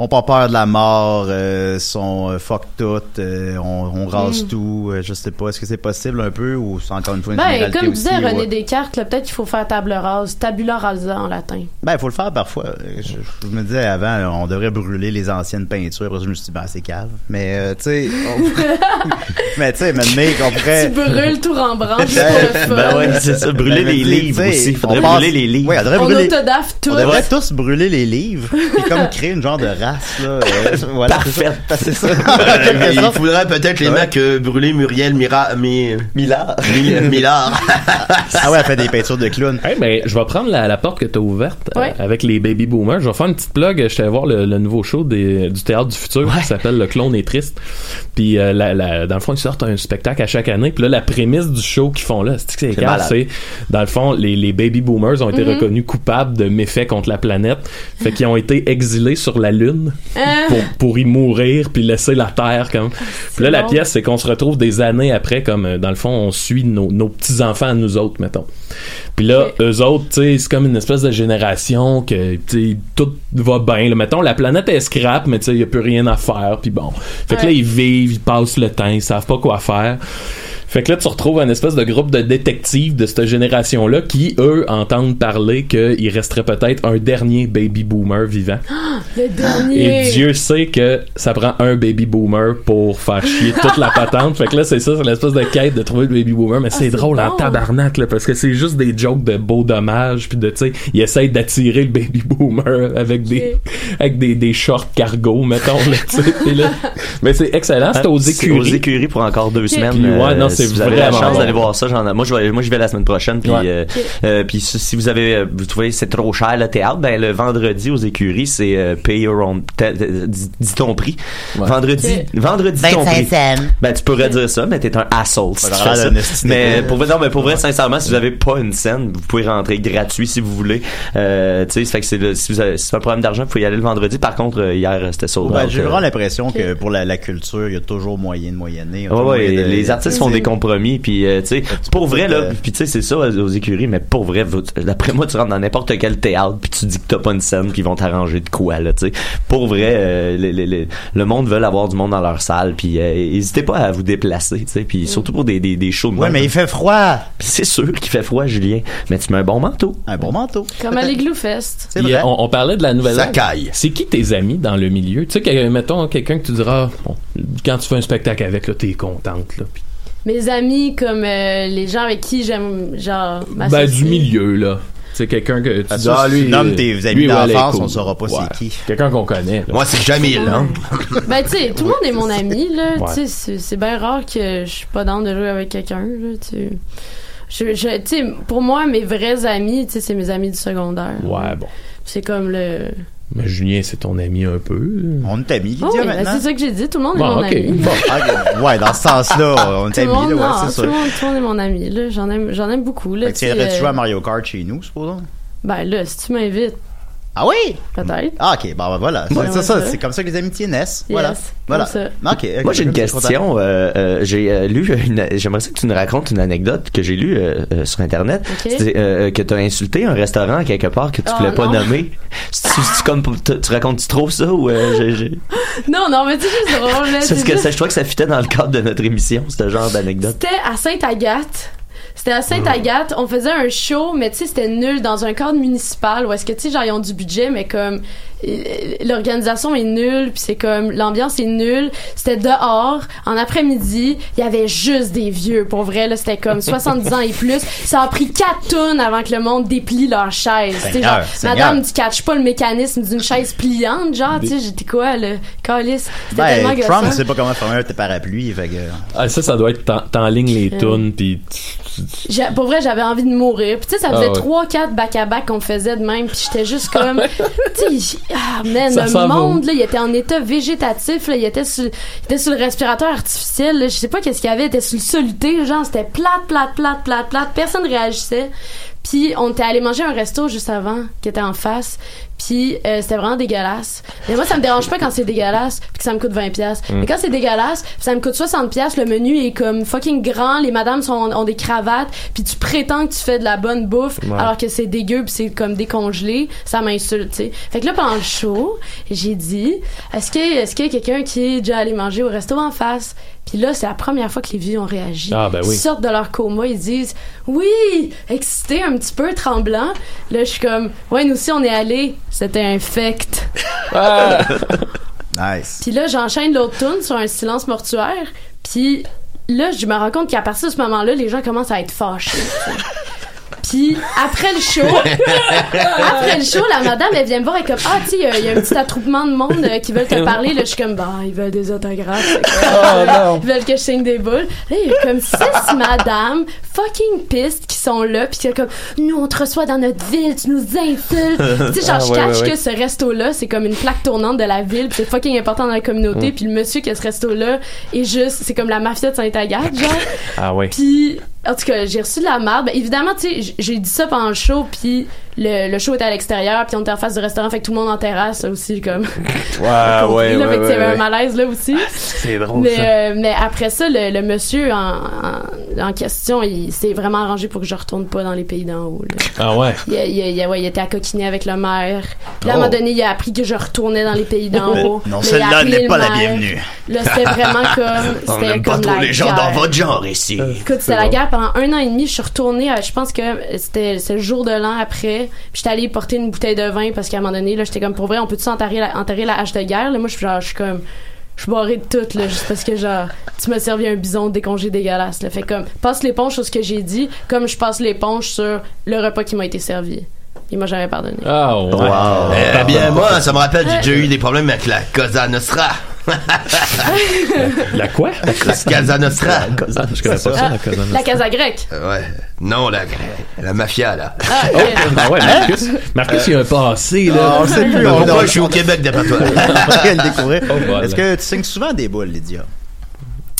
Speaker 3: ont pas peur de la mort, euh, sont euh, fuck tout, euh, on, on rase tout, euh, je sais pas, est-ce que c'est possible un peu ou c'est encore une fois une
Speaker 5: Mm. Ben,
Speaker 3: généralité
Speaker 5: comme disait
Speaker 3: aussi, euh,
Speaker 5: René
Speaker 3: ouais.
Speaker 5: Descartes, là, peut-être qu'il faut faire table rase, tabula rasa en latin.
Speaker 3: Ben, il faut le faire parfois. Euh, Je, je me disais avant, là, on devrait brûler les anciennes peintures, après ça, je me suis dit, ben, c'est cave. Mais, euh, tu sais, on- mais tu sais, maintenant, on pourrait...
Speaker 5: Tu brûles tout Rembrandt juste pour le fun.
Speaker 4: Ben ouais, c'est ça. Brûler
Speaker 3: Ben,
Speaker 4: les
Speaker 3: tu sais,
Speaker 4: livres aussi.
Speaker 3: on
Speaker 4: Faudrait
Speaker 3: passe-
Speaker 4: brûler les livres.
Speaker 3: Oui, on devrait
Speaker 5: On
Speaker 3: brûler...
Speaker 5: autodaffe tout.
Speaker 3: On devrait tous brûler les livres et comme créer une genre de dégueulasse, là. Euh, voilà,
Speaker 4: Parfait.
Speaker 3: C'est ça. C'est ça.
Speaker 2: Euh,
Speaker 3: En quelque
Speaker 2: il
Speaker 3: sorte.
Speaker 2: faudrait peut-être les mecs euh, brûler Muriel Mira, Mi-
Speaker 4: Millard.
Speaker 2: Mi- Millard.
Speaker 3: Ah ouais, elle fait des peintures de clown.
Speaker 6: Eh ben, je vais prendre la, la porte que tu as ouverte euh,
Speaker 5: Ouais.
Speaker 6: avec les baby boomers. Je vais faire une petite plug. Je suis allé voir le, le nouveau show des- du théâtre du futur qui s'appelle Le clone est triste. Puis euh, la- la- dans le fond, ils sortent un spectacle à chaque année. Puis là, la prémisse du show qu'ils font là, c'est que c'est écart,
Speaker 4: malade.
Speaker 6: c'est dans le fond, les, les baby boomers ont été
Speaker 5: Mm-hmm.
Speaker 6: reconnus coupables de méfaits contre la planète. Fait qu'ils ont été exilés sur la lune
Speaker 5: Hein?
Speaker 6: pour, pour y mourir puis laisser la terre comme puis là la
Speaker 5: Ah, bon.
Speaker 6: pièce c'est qu'on se retrouve des années après comme euh, dans le fond on suit nos, nos petits enfants à nous autres mettons puis là
Speaker 5: Ok.
Speaker 6: eux autres tu sais c'est comme une espèce de génération que tu sais, tout va bien là. mettons la planète est scrap mais tu sais il y a plus rien à faire puis bon fait que là
Speaker 5: Ouais.
Speaker 6: ils vivent ils passent le temps ils savent pas quoi faire fait que là, tu retrouves un espèce de groupe de détectives de cette génération-là qui, eux, entendent parler qu'il resterait peut-être un dernier baby boomer vivant.
Speaker 5: Le dernier.
Speaker 6: Et Dieu sait que ça prend un baby boomer pour faire chier toute la patente. fait que là, c'est ça, c'est l'espèce de quête de trouver le baby boomer. Mais c'est
Speaker 5: c'est
Speaker 6: drôle en
Speaker 5: bon.
Speaker 6: tabarnak, là, parce que c'est juste des jokes de beaux dommages. Puis de, tu sais, ils essayent d'attirer le baby boomer avec des, avec des, des shorts cargo, mettons, là, tu sais. Puis là- mais c'est excellent, c'est aux
Speaker 4: Euh, Aux
Speaker 6: écuries.
Speaker 4: écuries pour encore deux semaines.
Speaker 6: Puis ouais,
Speaker 4: Euh,
Speaker 6: non, c'est
Speaker 4: si vous avez la
Speaker 6: vraiment
Speaker 4: chance
Speaker 6: bon.
Speaker 4: d'aller voir ça, j'en ai- moi, je vais, moi, j'y vais la semaine prochaine. Puis,
Speaker 6: Ouais.
Speaker 4: euh, euh, puis si si vous avez, euh, vous trouvez que c'est trop cher le théâtre, ben le vendredi aux écuries, c'est euh, pay your own, te- euh, dis dis ton prix. Vendredi, vendredi ton prix. Ben tu pourrais dire ça, mais t'es un asshole. si
Speaker 3: Ça
Speaker 4: tu
Speaker 3: a
Speaker 4: fais
Speaker 3: l'air
Speaker 4: ça.
Speaker 3: d'un esti de
Speaker 4: Mais
Speaker 3: con.
Speaker 4: pour vrai, non, mais pour vrai, sincèrement, si vous avez pas une scène, vous pouvez rentrer gratuit si vous voulez. Euh, tu sais, ça fait que c'est le- si vous avez, si c'est un problème d'argent, vous pouvez y aller le vendredi. Par contre, euh, hier, c'était sold
Speaker 3: Ben,
Speaker 4: out,
Speaker 3: J'ai
Speaker 4: euh.
Speaker 3: vraiment l'impression que pour la, la culture, il y a toujours moyen de moyenner. Il y a
Speaker 4: Ouais,
Speaker 3: toujours
Speaker 4: ouais,
Speaker 3: moyen de-
Speaker 4: les artistes font des compromis, puis euh, tu sais, pour vrai là,
Speaker 3: Euh,
Speaker 4: puis tu sais c'est ça aux écuries, mais pour vrai, vous- d'après moi tu rentres dans n'importe quel théâtre, puis tu dis que t'as pas une scène, puis ils vont t'arranger de quoi là, tu sais. Pour vrai, euh, les- les- les- le monde veut avoir du monde dans leur salle, puis euh, hésitez pas à vous déplacer, tu sais, puis surtout pour des des, des shows. de
Speaker 3: Ouais,
Speaker 4: même.
Speaker 3: mais il fait froid.
Speaker 4: Puis c'est sûr qu'il fait froid, Julien, mais tu mets un bon manteau.
Speaker 3: Un bon manteau.
Speaker 5: Comme à l'Igloo Fest.
Speaker 3: C'est
Speaker 6: Il y a-
Speaker 3: vrai.
Speaker 6: on, on parlait de la nouvelle
Speaker 2: Ça
Speaker 6: vague.
Speaker 2: caille.
Speaker 6: C'est qui tes amis dans le milieu? Tu sais, que- mettons quelqu'un que tu diras, bon, quand tu fais un spectacle avec, là, t'es contente, là. Puis-
Speaker 5: Mes amis, comme euh, les gens avec qui j'aime, genre.
Speaker 6: ben,
Speaker 5: m'associer.
Speaker 6: du milieu, là. C'est quelqu'un que tu
Speaker 3: Ah,
Speaker 6: dis,
Speaker 3: ça,
Speaker 6: ah,
Speaker 3: si
Speaker 6: lui.
Speaker 3: tu nommes tes amis
Speaker 6: lui, ouais,
Speaker 3: d'enfance,
Speaker 6: elle est cool.
Speaker 3: on saura pas c'est qui.
Speaker 6: Quelqu'un qu'on connaît, là.
Speaker 2: Moi, c'est Jamil. Hein.
Speaker 5: Ben, tu sais, tout le monde est mon ami, là.
Speaker 6: Ouais.
Speaker 5: Tu sais, c'est- c'est bien rare que je suis pas dans de jouer avec quelqu'un, là. Tu je, je, tu sais, pour moi, mes vrais amis, tu sais, c'est mes amis du secondaire.
Speaker 6: Ouais, bon.
Speaker 5: C'est comme le.
Speaker 6: Mais Julien, c'est ton ami un peu.
Speaker 3: On est amis, Lydia,
Speaker 5: Oh, oui, ben,
Speaker 3: maintenant.
Speaker 5: c'est ça que j'ai dit, tout le monde est
Speaker 6: Bon,
Speaker 5: mon
Speaker 6: ok.
Speaker 5: ami.
Speaker 6: Bon.
Speaker 3: Ah, ok. ouais, dans ce sens-là, on est
Speaker 5: Tout le,
Speaker 3: amis,
Speaker 5: monde,
Speaker 3: là,
Speaker 5: non,
Speaker 3: ouais, c'est
Speaker 5: tout, le
Speaker 3: sûr.
Speaker 5: monde, tout le monde est mon ami. là. J'en aime, j'en aime beaucoup. Là,
Speaker 3: Fait que tu irais-tu
Speaker 5: euh,
Speaker 3: jouer à Mario Kart chez nous, supposons?
Speaker 5: Ben là, si tu m'invites,
Speaker 3: Ah oui!
Speaker 5: peut-être.
Speaker 3: Ah, ok, bon, ben voilà.
Speaker 5: Ouais,
Speaker 3: c'est
Speaker 5: ouais,
Speaker 3: ça,
Speaker 5: ça.
Speaker 3: c'est comme ça que les amitiés naissent. voilà.
Speaker 5: Yes,
Speaker 3: Voilà.
Speaker 5: comme ça.
Speaker 3: Ok, ok,
Speaker 4: Moi j'ai une
Speaker 3: je suis content.
Speaker 4: question. euh, euh, j'ai euh, lu une. J'aimerais ça que tu nous racontes une anecdote que j'ai lue euh, euh, sur internet.
Speaker 5: Ok.
Speaker 4: C'était, euh, que t'as insulté un restaurant quelque part que tu
Speaker 5: Oh,
Speaker 4: voulais pas
Speaker 5: non.
Speaker 4: nommer. C'est- c'est- c'est comme pour- tu, tu racontes tu trouves ça ou euh, j'ai- j'ai-
Speaker 5: Non, non, mais c'est juste drôle. là,
Speaker 4: c'est ce
Speaker 5: Ben, c'est
Speaker 4: que
Speaker 5: juste-
Speaker 4: ça, je crois que ça fitait dans le cadre de notre émission ce genre d'anecdote.
Speaker 5: C'était à Sainte-Agathe. C'était à Sainte-Agathe. On faisait un show, mais tu sais, c'était nul dans un cadre municipal où est-ce que, tu sais, genre, ils ont du budget, mais comme euh, l'organisation est nulle, puis c'est comme l'ambiance est nulle. C'était dehors, en après-midi, il y avait juste des vieux, pour vrai, là, c'était comme 70 ans et plus. Ça a pris 4 tonnes avant que le monde déplie leur chaise. Tu sais, genre,
Speaker 3: Seigneur, Seigneur.
Speaker 5: madame, tu catches pas le mécanisme d'une chaise pliante, genre, tu sais, j'étais quoi, le calice. C'était tellement
Speaker 3: Ben, Trump,
Speaker 5: gossant.
Speaker 3: ne sait pas comment fermer un parapluie, fait que.
Speaker 6: Ah, ça, ça doit être t'en- t'enlignes les tunes, puis
Speaker 5: J'ai- pour vrai, j'avais envie de mourir. Puis tu sais, ça
Speaker 6: Ah
Speaker 5: faisait
Speaker 6: ouais. Ah
Speaker 5: trois, quatre bac à bac qu'on faisait de même. Puis j'étais juste comme, tu sais, ah man,
Speaker 6: Ça
Speaker 5: le
Speaker 6: s'en va
Speaker 5: monde
Speaker 6: où?
Speaker 5: là, il était en état végétatif. Là, il était sur, il était sur le respirateur artificiel. Là, je sais pas qu'est-ce qu'il y avait. Il était sur le soluté. Genre, c'était plate, plate, plate, plate, plate. Personne réagissait. Puis on était allé manger à un resto juste avant qui était en face. Puis euh, c'était vraiment dégueulasse. Mais moi ça me dérange pas quand c'est dégueulasse puis que ça me coûte 20 pièces. Mais quand c'est dégueulasse, puis ça me coûte 60 pièces, le menu est comme fucking grand, les madames sont ont des cravates, puis tu prétends que tu fais de la bonne bouffe alors que c'est dégueu puis c'est comme décongelé, ça m'insulte, tu sais. Fait que là pendant le show, j'ai dit est-ce que est-ce qu'il y a quelqu'un qui est déjà allé manger au resto en face Puis là c'est la première fois que les vieux ont réagi.
Speaker 6: Ah, ben oui.
Speaker 5: Ils sortent de leur coma, ils disent oui, excités un petit peu, tremblant. Là, je suis comme ouais, nous aussi on est allés, c'était infect.
Speaker 3: Ah!
Speaker 6: Ah!
Speaker 3: Nice.
Speaker 5: Puis là, j'enchaîne l'autre tune sur un silence mortuaire. Puis là, je me rends compte qu'à partir de ce moment-là, les gens commencent à être fâchés. Puis après le show, après le show, la madame, elle vient me voir, elle est comme, ah, tu sais, il y a- il y, a un petit attroupement de monde euh, qui veulent te parler. Là, je suis comme, bah, ils veulent des autographes. Fait que,
Speaker 1: Oh,
Speaker 5: euh, Ils veulent que je signe des boules. Là, il y a comme six madames fucking pistes qui sont là, puis qui sont comme, nous, on te reçoit dans notre ville, tu nous insultes. tu sais, genre,
Speaker 1: Ah,
Speaker 5: je
Speaker 1: ouais,
Speaker 5: catch
Speaker 1: ouais, ouais.
Speaker 5: que ce resto-là, c'est comme une plaque tournante de la ville, puis c'est fucking important dans la communauté, puis le monsieur qui a ce resto-là est juste, c'est comme la mafia de Saint-Agathe, genre.
Speaker 1: Ah ouais.
Speaker 5: Puis, en tout cas, j'ai reçu de la merde. Ben, évidemment, tu sais, j- j'ai dit ça pendant le show, puis le, le show était à l'extérieur, puis on était en face du restaurant, fait que tout le monde en terrasse aussi, comme.
Speaker 4: Ouais,
Speaker 6: Ah
Speaker 4: ouais,
Speaker 5: là,
Speaker 4: ouais,
Speaker 5: fait que
Speaker 4: ouais,
Speaker 5: il y avait un
Speaker 4: ouais.
Speaker 5: malaise là aussi.
Speaker 4: C'est drôle,
Speaker 5: Mais,
Speaker 4: ça.
Speaker 5: euh, mais après ça, le, le monsieur en, en, en question, il s'est vraiment arrangé pour que je retourne pas dans les pays d'en haut. là.
Speaker 6: Ah ouais.
Speaker 5: Il, il- il- ouais, il était à coquiner avec le maire. Puis là, à un moment donné, il a appris que je retournais dans les pays d'en haut.
Speaker 3: Euh,
Speaker 5: Mais il
Speaker 3: Non,
Speaker 5: a
Speaker 3: celle-là
Speaker 5: appelé
Speaker 3: n'est
Speaker 5: le
Speaker 3: pas la
Speaker 5: maire.
Speaker 3: bienvenue.
Speaker 5: Là, c'était vraiment comme.
Speaker 2: On
Speaker 5: c'était
Speaker 2: n'aime pas
Speaker 5: comme
Speaker 2: trop
Speaker 5: la
Speaker 2: les gens dans
Speaker 5: guerre.
Speaker 2: votre genre ici.
Speaker 6: Euh,
Speaker 5: Écoute, c'était la guerre pendant un an et demi. Je suis retournée, à- je pense que c'était c'est le jour de l'an après. Puis j'étais allée porter une bouteille de vin parce qu'à un moment donné, là, j'étais comme pour vrai, on peut-tu enterrer la, enterrer la hache de guerre? Là, moi, je suis genre, je suis comme. Je suis barrée de tout, là, juste parce que, genre, tu m'as servi un bison décongé dégueulasse, là. Fait comme, passe l'éponge sur ce que j'ai dit, comme je passe l'éponge sur le repas qui m'a été servi. Il m'a jamais pardonné.
Speaker 6: Ah ouais.
Speaker 2: Eh bien, moi, ça me rappelle, j'ai déjà eu des problèmes avec la Cosa Nostra.
Speaker 3: Ah,
Speaker 6: La quoi?
Speaker 2: La Casa Nostra. Ah,
Speaker 6: Je connais pas ça, la colonne.
Speaker 5: La casa grecque!
Speaker 2: Ouais. Non, la, la mafia, là. Oh, hein?
Speaker 5: Ah, ok.
Speaker 6: Ah ouais, Marcus. Marcus, il a un passé, là.
Speaker 3: on le sait plus.
Speaker 2: Mais
Speaker 3: on-
Speaker 2: pourquoi
Speaker 3: on-
Speaker 2: je suis au Québec, d'après toi?
Speaker 3: on va le découvrir.
Speaker 6: Oh, voilà.
Speaker 3: Est-ce que tu signes souvent des boules, Lydia?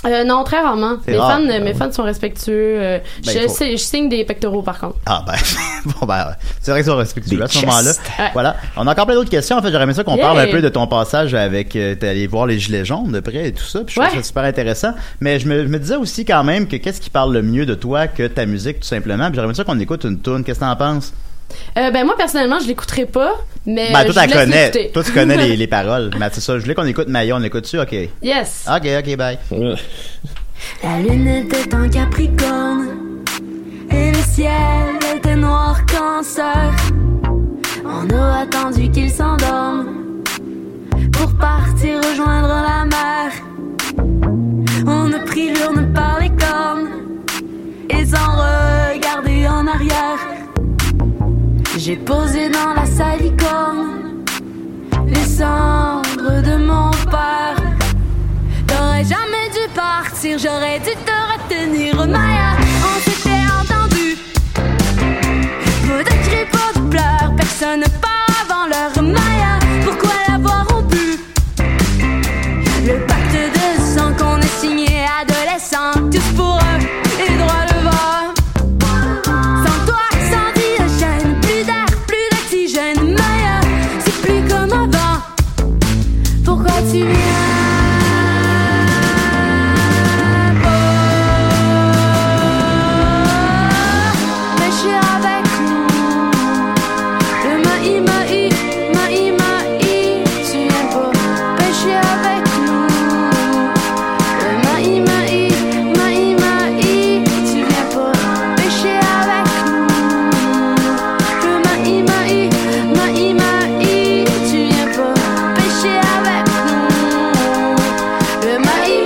Speaker 5: Euh, non, très rarement.
Speaker 3: C'est
Speaker 5: Mes,
Speaker 3: rare,
Speaker 5: fans,
Speaker 3: ben
Speaker 5: mes
Speaker 3: oui.
Speaker 5: fans sont respectueux. euh,
Speaker 3: Ben,
Speaker 5: je,
Speaker 3: il faut.
Speaker 5: sais- je signe des pectoraux, par contre.
Speaker 3: Ah ben, bon ben, c'est vrai que c'est respectueux
Speaker 4: Des
Speaker 3: à ce moment-là.
Speaker 4: chests.
Speaker 5: Ouais.
Speaker 3: Voilà. On a encore plein d'autres questions. En fait, j'aurais aimé ça qu'on
Speaker 5: Yeah.
Speaker 3: parle un peu de ton passage avec, euh, t'es allé voir les gilets jaunes de près et tout ça. Puis je trouve
Speaker 5: Ouais.
Speaker 3: ça super intéressant. Mais je me, je me disais aussi quand même que qu'est-ce qui parle le mieux de toi que ta musique tout simplement. Puis j'aurais aimé ça qu'on écoute une tune. Qu'est-ce que t'en penses
Speaker 5: Euh, ben moi personnellement je l'écouterai pas, mais
Speaker 3: Ben
Speaker 5: Euh, je
Speaker 3: toi
Speaker 5: vous
Speaker 3: t'en
Speaker 5: laisse
Speaker 3: connais.
Speaker 5: l'écouter.
Speaker 3: Toi tu connais les, les paroles. Mais c'est ça. Je voulais qu'on écoute Maya. On écoute tu Ok.
Speaker 5: Yes.
Speaker 3: Ok. Ok. Bye.
Speaker 8: La lune était en capricorne Et le ciel était noir cancer On a attendu qu'il s'endorme Pour partir rejoindre la mer On a pris l'urne par les cornes Et sans regarder en arrière J'ai posé dans la salicorne Les cendres de mon père T'aurais jamais dû partir, j'aurais dû te retenir. oh Maya, on s'était entendu. Pas de cris, pas de pleurs, personne ne part avant l'heure. oh Maya, pourquoi l'avoir rompu Le pacte de sang qu'on a signé adolescent, tous pour eux et droit le vent. Sans toi, sans diogène, plus d'air, plus d'oxygène. Maya, c'est plus comme avant. Pourquoi tu viens? Pêcher avec le maï, maï, maï, maï, tu viens pour pêcher avec nous. Le maï, maï, maï, maï, tu viens pour pêcher avec nous. Le maï, maï, maï, maï, tu viens pour pêcher avec nous. Le maï, maï, maï,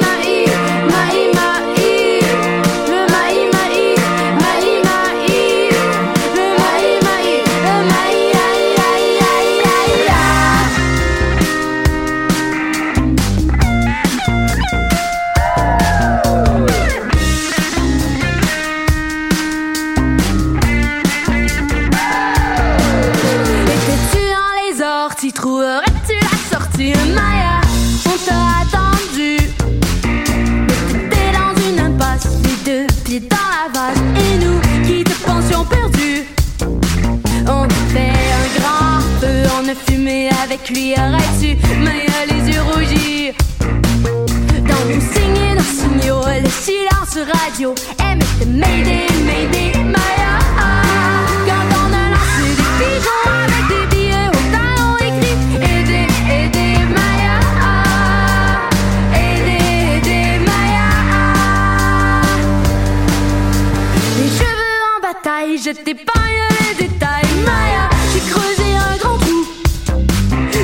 Speaker 8: maï. Le maï maï, maï maï, le maï maï, le maï aïe aïe aïe aïe aïe. Et que tu dans les orties trouverais-tu la sortie? Maya, on t'a attendu. T'es dans une impasse, les deux pieds dans la vase Et nous qui te pensions perdus On a fait un grand feu, on a fumé avec lui Aurais-tu, mais il a les yeux rougis Dans nos signes et nos signaux, le silence radio Eh mais c'était Mayday, Mayday, Maya Quand on a lancé des pigeons avec des billets au talon écrit Aidez, aidez, Maya Aidez, aidez, Maya les cheveux en bataille, je t'épargne les détails. Maya, j'ai creusé un grand trou.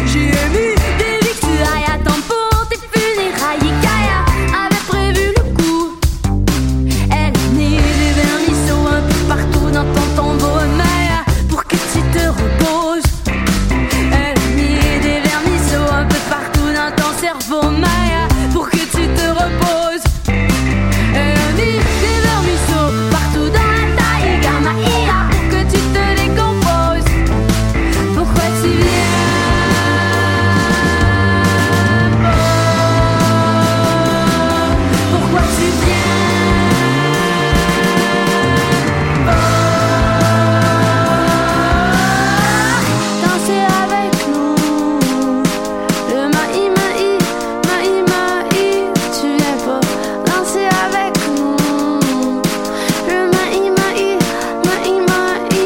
Speaker 8: J'ai émis des victuailles à temps pour tes funérailles. Et Kaya avait prévu le coup. Elle est née des vermisseaux un peu partout dans ton tombeau. Maya pour que tu te reposes. Et on dit des vermisseaux partout dans la taille. Karma IA pour que tu te décomposes. Pourquoi tu viens Oh, Pourquoi tu viens Oh, Danser avec nous. Le maï, maï, maï, maï, tu viens pas danser avec nous. Le maï, maï, maï, maï,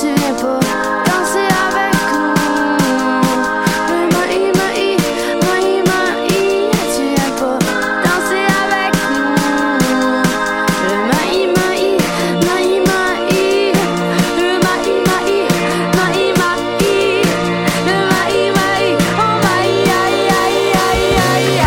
Speaker 8: tu viens pas danser avec nous. Le maï, maï, maï, maï, tu viens pas danser avec nous. Le maï, maï, maï, maï, le maï, maï, maï, maï, le maï, maï, oh maï, aïe, aïe, aïe, aïe,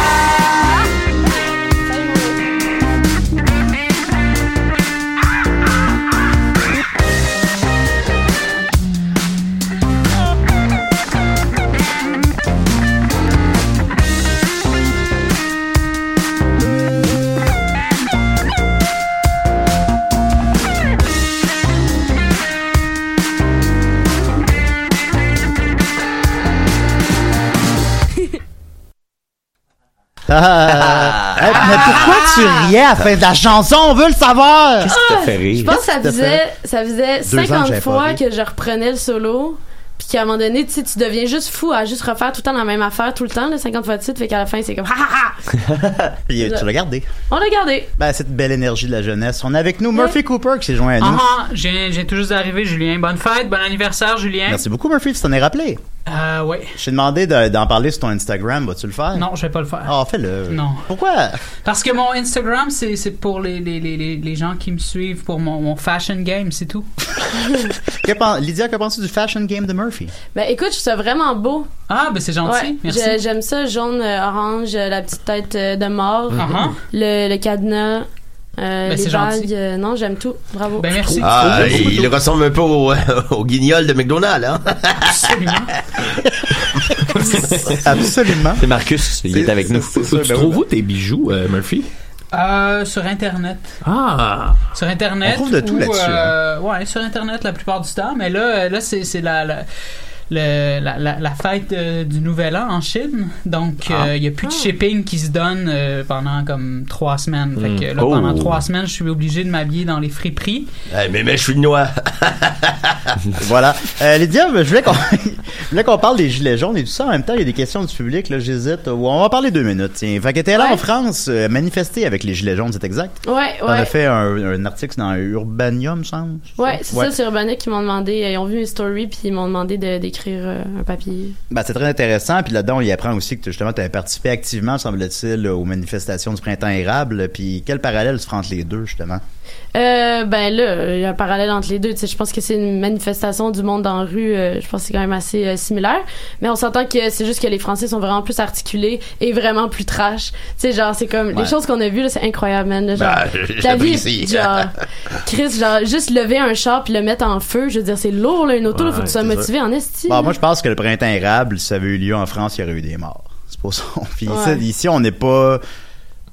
Speaker 3: Ah, hey, mais pourquoi tu riais à la fin de la chanson? On veut le savoir!
Speaker 4: Qu'est-ce qui t'a fait rire?
Speaker 5: Ah! Je pense que ça
Speaker 3: Tout à
Speaker 5: faisait,
Speaker 3: fait.
Speaker 5: ça faisait
Speaker 3: Deux ans
Speaker 5: 50
Speaker 3: que j'avais pas
Speaker 5: fois
Speaker 3: ri.
Speaker 5: que je reprenais le solo. Puis qu'à un moment donné, tu sais, tu deviens juste fou à juste refaire tout le temps la même affaire, tout le temps, là, 50 fois de suite. Fait qu'à la fin, c'est comme, ha ha ha!
Speaker 3: Puis, euh, tu l'as gardé.
Speaker 5: On a gardé.
Speaker 3: Ben, cette belle énergie de la jeunesse. On est avec nous Murphy Cooper qui s'est joint à nous.
Speaker 5: Uh-huh.
Speaker 9: Ah, ah, j'ai j'ai tout juste arrivé, Julien. Bonne fête, bon anniversaire, Julien.
Speaker 3: Merci beaucoup, Murphy, tu t'en es rappelé.
Speaker 9: Euh, ouais.
Speaker 3: Je t'ai demandé de- d'en parler sur ton Instagram. Vas-tu le faire?
Speaker 9: Non, je vais pas le faire.
Speaker 3: Ah, fais-le.
Speaker 9: Non.
Speaker 3: Pourquoi?
Speaker 9: Parce que mon Instagram, c'est c'est pour les, les, les, les- les gens qui me suivent pour mon, mon fashion game, c'est tout.
Speaker 3: Que pen- Lydia, que penses-tu du fashion game de Murphy?
Speaker 5: Ben écoute, je trouve ça vraiment beau.
Speaker 9: Ah, ben c'est gentil,
Speaker 5: Ouais,
Speaker 9: merci.
Speaker 5: je- J'aime ça, jaune, euh, orange, euh, la petite tête euh, de mort,
Speaker 9: Ah, ah.
Speaker 5: le, le cadenas, euh, les
Speaker 9: Ben, c'est gentil.
Speaker 5: vagues. euh, non, j'aime tout. Bravo.
Speaker 9: Ben merci.
Speaker 2: Ah, il, il ressemble un peu au, euh, au guignol de McDonald's, hein?
Speaker 9: Absolument.
Speaker 3: Absolument.
Speaker 4: C'est Marcus, il est, avec nous.
Speaker 6: Où tu
Speaker 3: ben
Speaker 6: trouves où tes bijoux, euh, Murphy?
Speaker 9: Euh, sur Internet.
Speaker 6: Ah!
Speaker 9: Sur Internet.
Speaker 6: On trouve de tout
Speaker 9: ou,
Speaker 6: là-dessus, hein.
Speaker 9: euh, Ouais, sur Internet la plupart du temps. Mais là, euh, là c'est c'est la. la... le- la, la- la fête euh, du Nouvel An en Chine. Donc, euh, il
Speaker 6: Ah.
Speaker 9: n'y a plus de shipping qui se donne euh, pendant comme trois semaines. Fait que
Speaker 2: Mm.
Speaker 9: là, pendant
Speaker 2: Oh.
Speaker 9: trois semaines, je suis obligé de m'habiller dans les friperies.
Speaker 2: Eh, mais, mais je suis de noix.
Speaker 3: voilà. Euh, Lydia, je voulais qu'on je voulais qu'on parle des gilets jaunes et tout ça. En même temps, il y a des questions du public. Là, j'hésite. Ouais, On va parler deux minutes. Tiens, fait que t'es là en France, euh, manifester avec les gilets jaunes, c'est exact.
Speaker 5: Ouais,
Speaker 3: On a
Speaker 5: ouais.
Speaker 3: fait un, un article dans Urbanium, semble.
Speaker 5: Ouais, c'est
Speaker 3: Ouais.
Speaker 5: ça, c'est Urbanic qui m'ont demandé. euh, Ils ont vu mes stories, puis ils m'ont demandé de- d'écrire euh, un papier.
Speaker 3: Ben, c'est très intéressant. Puis là-dedans, on y apprend aussi que justement, tu avais participé activement, semble-t-il, aux manifestations du printemps érable. Puis quel parallèle se font entre les deux, justement?
Speaker 5: Euh, ben là, il y a un parallèle entre les deux. Tu sais, je pense que c'est une manifestation du monde en rue. euh, je pense que c'est quand même assez euh, similaire. Mais on s'entend que c'est juste que les Français sont vraiment plus articulés et vraiment plus trash. Tu sais, genre, c'est comme
Speaker 8: Ouais.
Speaker 5: les choses qu'on a vues, là, c'est incroyable, man. là, genre,
Speaker 8: Ben, je- je
Speaker 5: la vie,
Speaker 8: t'apprécie.
Speaker 5: genre, Chris, genre, juste lever un char puis le mettre en feu, je veux dire, c'est lourd, là, une auto, là, faut que tu sois
Speaker 3: c'est ça.
Speaker 5: motivé en estime.
Speaker 3: Bon, Bah, moi, je pense que le printemps érable, si ça avait eu lieu en France, il y aurait eu des morts. C'est pour ça. Puis
Speaker 5: Ouais.
Speaker 3: ici, ici, on n'est pas.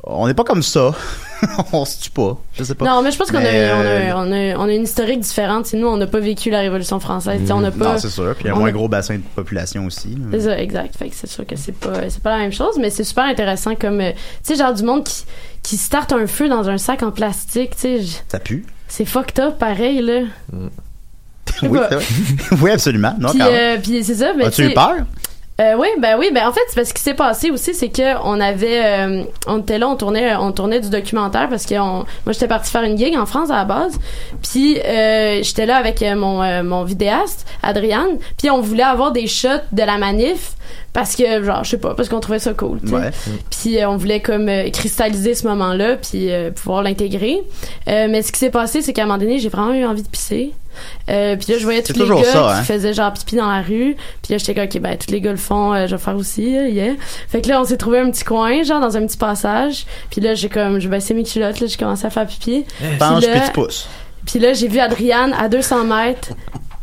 Speaker 3: On n'est pas comme ça. on se tue pas. Je sais pas.
Speaker 5: Non, mais je pense qu'on a,
Speaker 3: Mais, euh,
Speaker 5: on a, on a, on a une historique différente. C'est nous, on n'a pas vécu la Révolution française. Tu sais, On n'a pas.
Speaker 3: Mm, Non, c'est sûr. Puis il y a un
Speaker 5: on
Speaker 3: moins
Speaker 5: a-
Speaker 3: gros bassin de population aussi.
Speaker 5: C'est ça, exact. Fait que c'est sûr que c'est pas, c'est pas la même chose, mais c'est super intéressant comme, euh, tu sais, genre du monde qui, qui starte un feu dans un sac en plastique, tu sais. j-
Speaker 3: Ça pue.
Speaker 5: C'est fucked up, pareil, là. sais
Speaker 3: Oui,
Speaker 5: pas.
Speaker 3: c'est vrai. oui, absolument. Non,
Speaker 5: Puis,
Speaker 3: quand même.
Speaker 5: euh, puis c'est ça, mais
Speaker 3: As-tu eu
Speaker 5: sais-
Speaker 3: peur?
Speaker 5: Euh, oui, ben oui, ben en fait, c'est parce que ce qui s'est passé aussi, c'est que on avait, euh, on était là, on tournait, on tournait du documentaire parce que on- moi j'étais partie faire une gig en France à la base, puis euh, j'étais là avec euh, mon euh, mon vidéaste Adriane, puis on voulait avoir des shots de la manif parce que genre je sais pas, parce qu'on trouvait ça cool, tu sais.
Speaker 8: Ouais.
Speaker 5: puis euh, on voulait comme euh, cristalliser ce moment-là, puis euh, pouvoir l'intégrer, Euh, mais ce qui s'est passé, c'est qu'à un moment donné, j'ai vraiment eu envie de pisser. Euh, puis là, je voyais
Speaker 3: C'est
Speaker 5: tous les
Speaker 3: toujours
Speaker 5: gars
Speaker 3: ça,
Speaker 5: qui
Speaker 3: hein.
Speaker 5: faisaient genre pipi dans la rue. Puis là, j'étais comme, OK, ben, tous les gars le font, euh, je vais le faire aussi, euh, yeah. Fait que là, on s'est trouvé un petit coin, genre, dans un petit passage. Puis là, j'ai comme, je baissais mes culottes, là, j'ai commencé à faire pipi. Puis
Speaker 3: Penche,
Speaker 5: là-
Speaker 3: puis tu pousses.
Speaker 5: Puis là, j'ai vu Adriane à 200 mètres.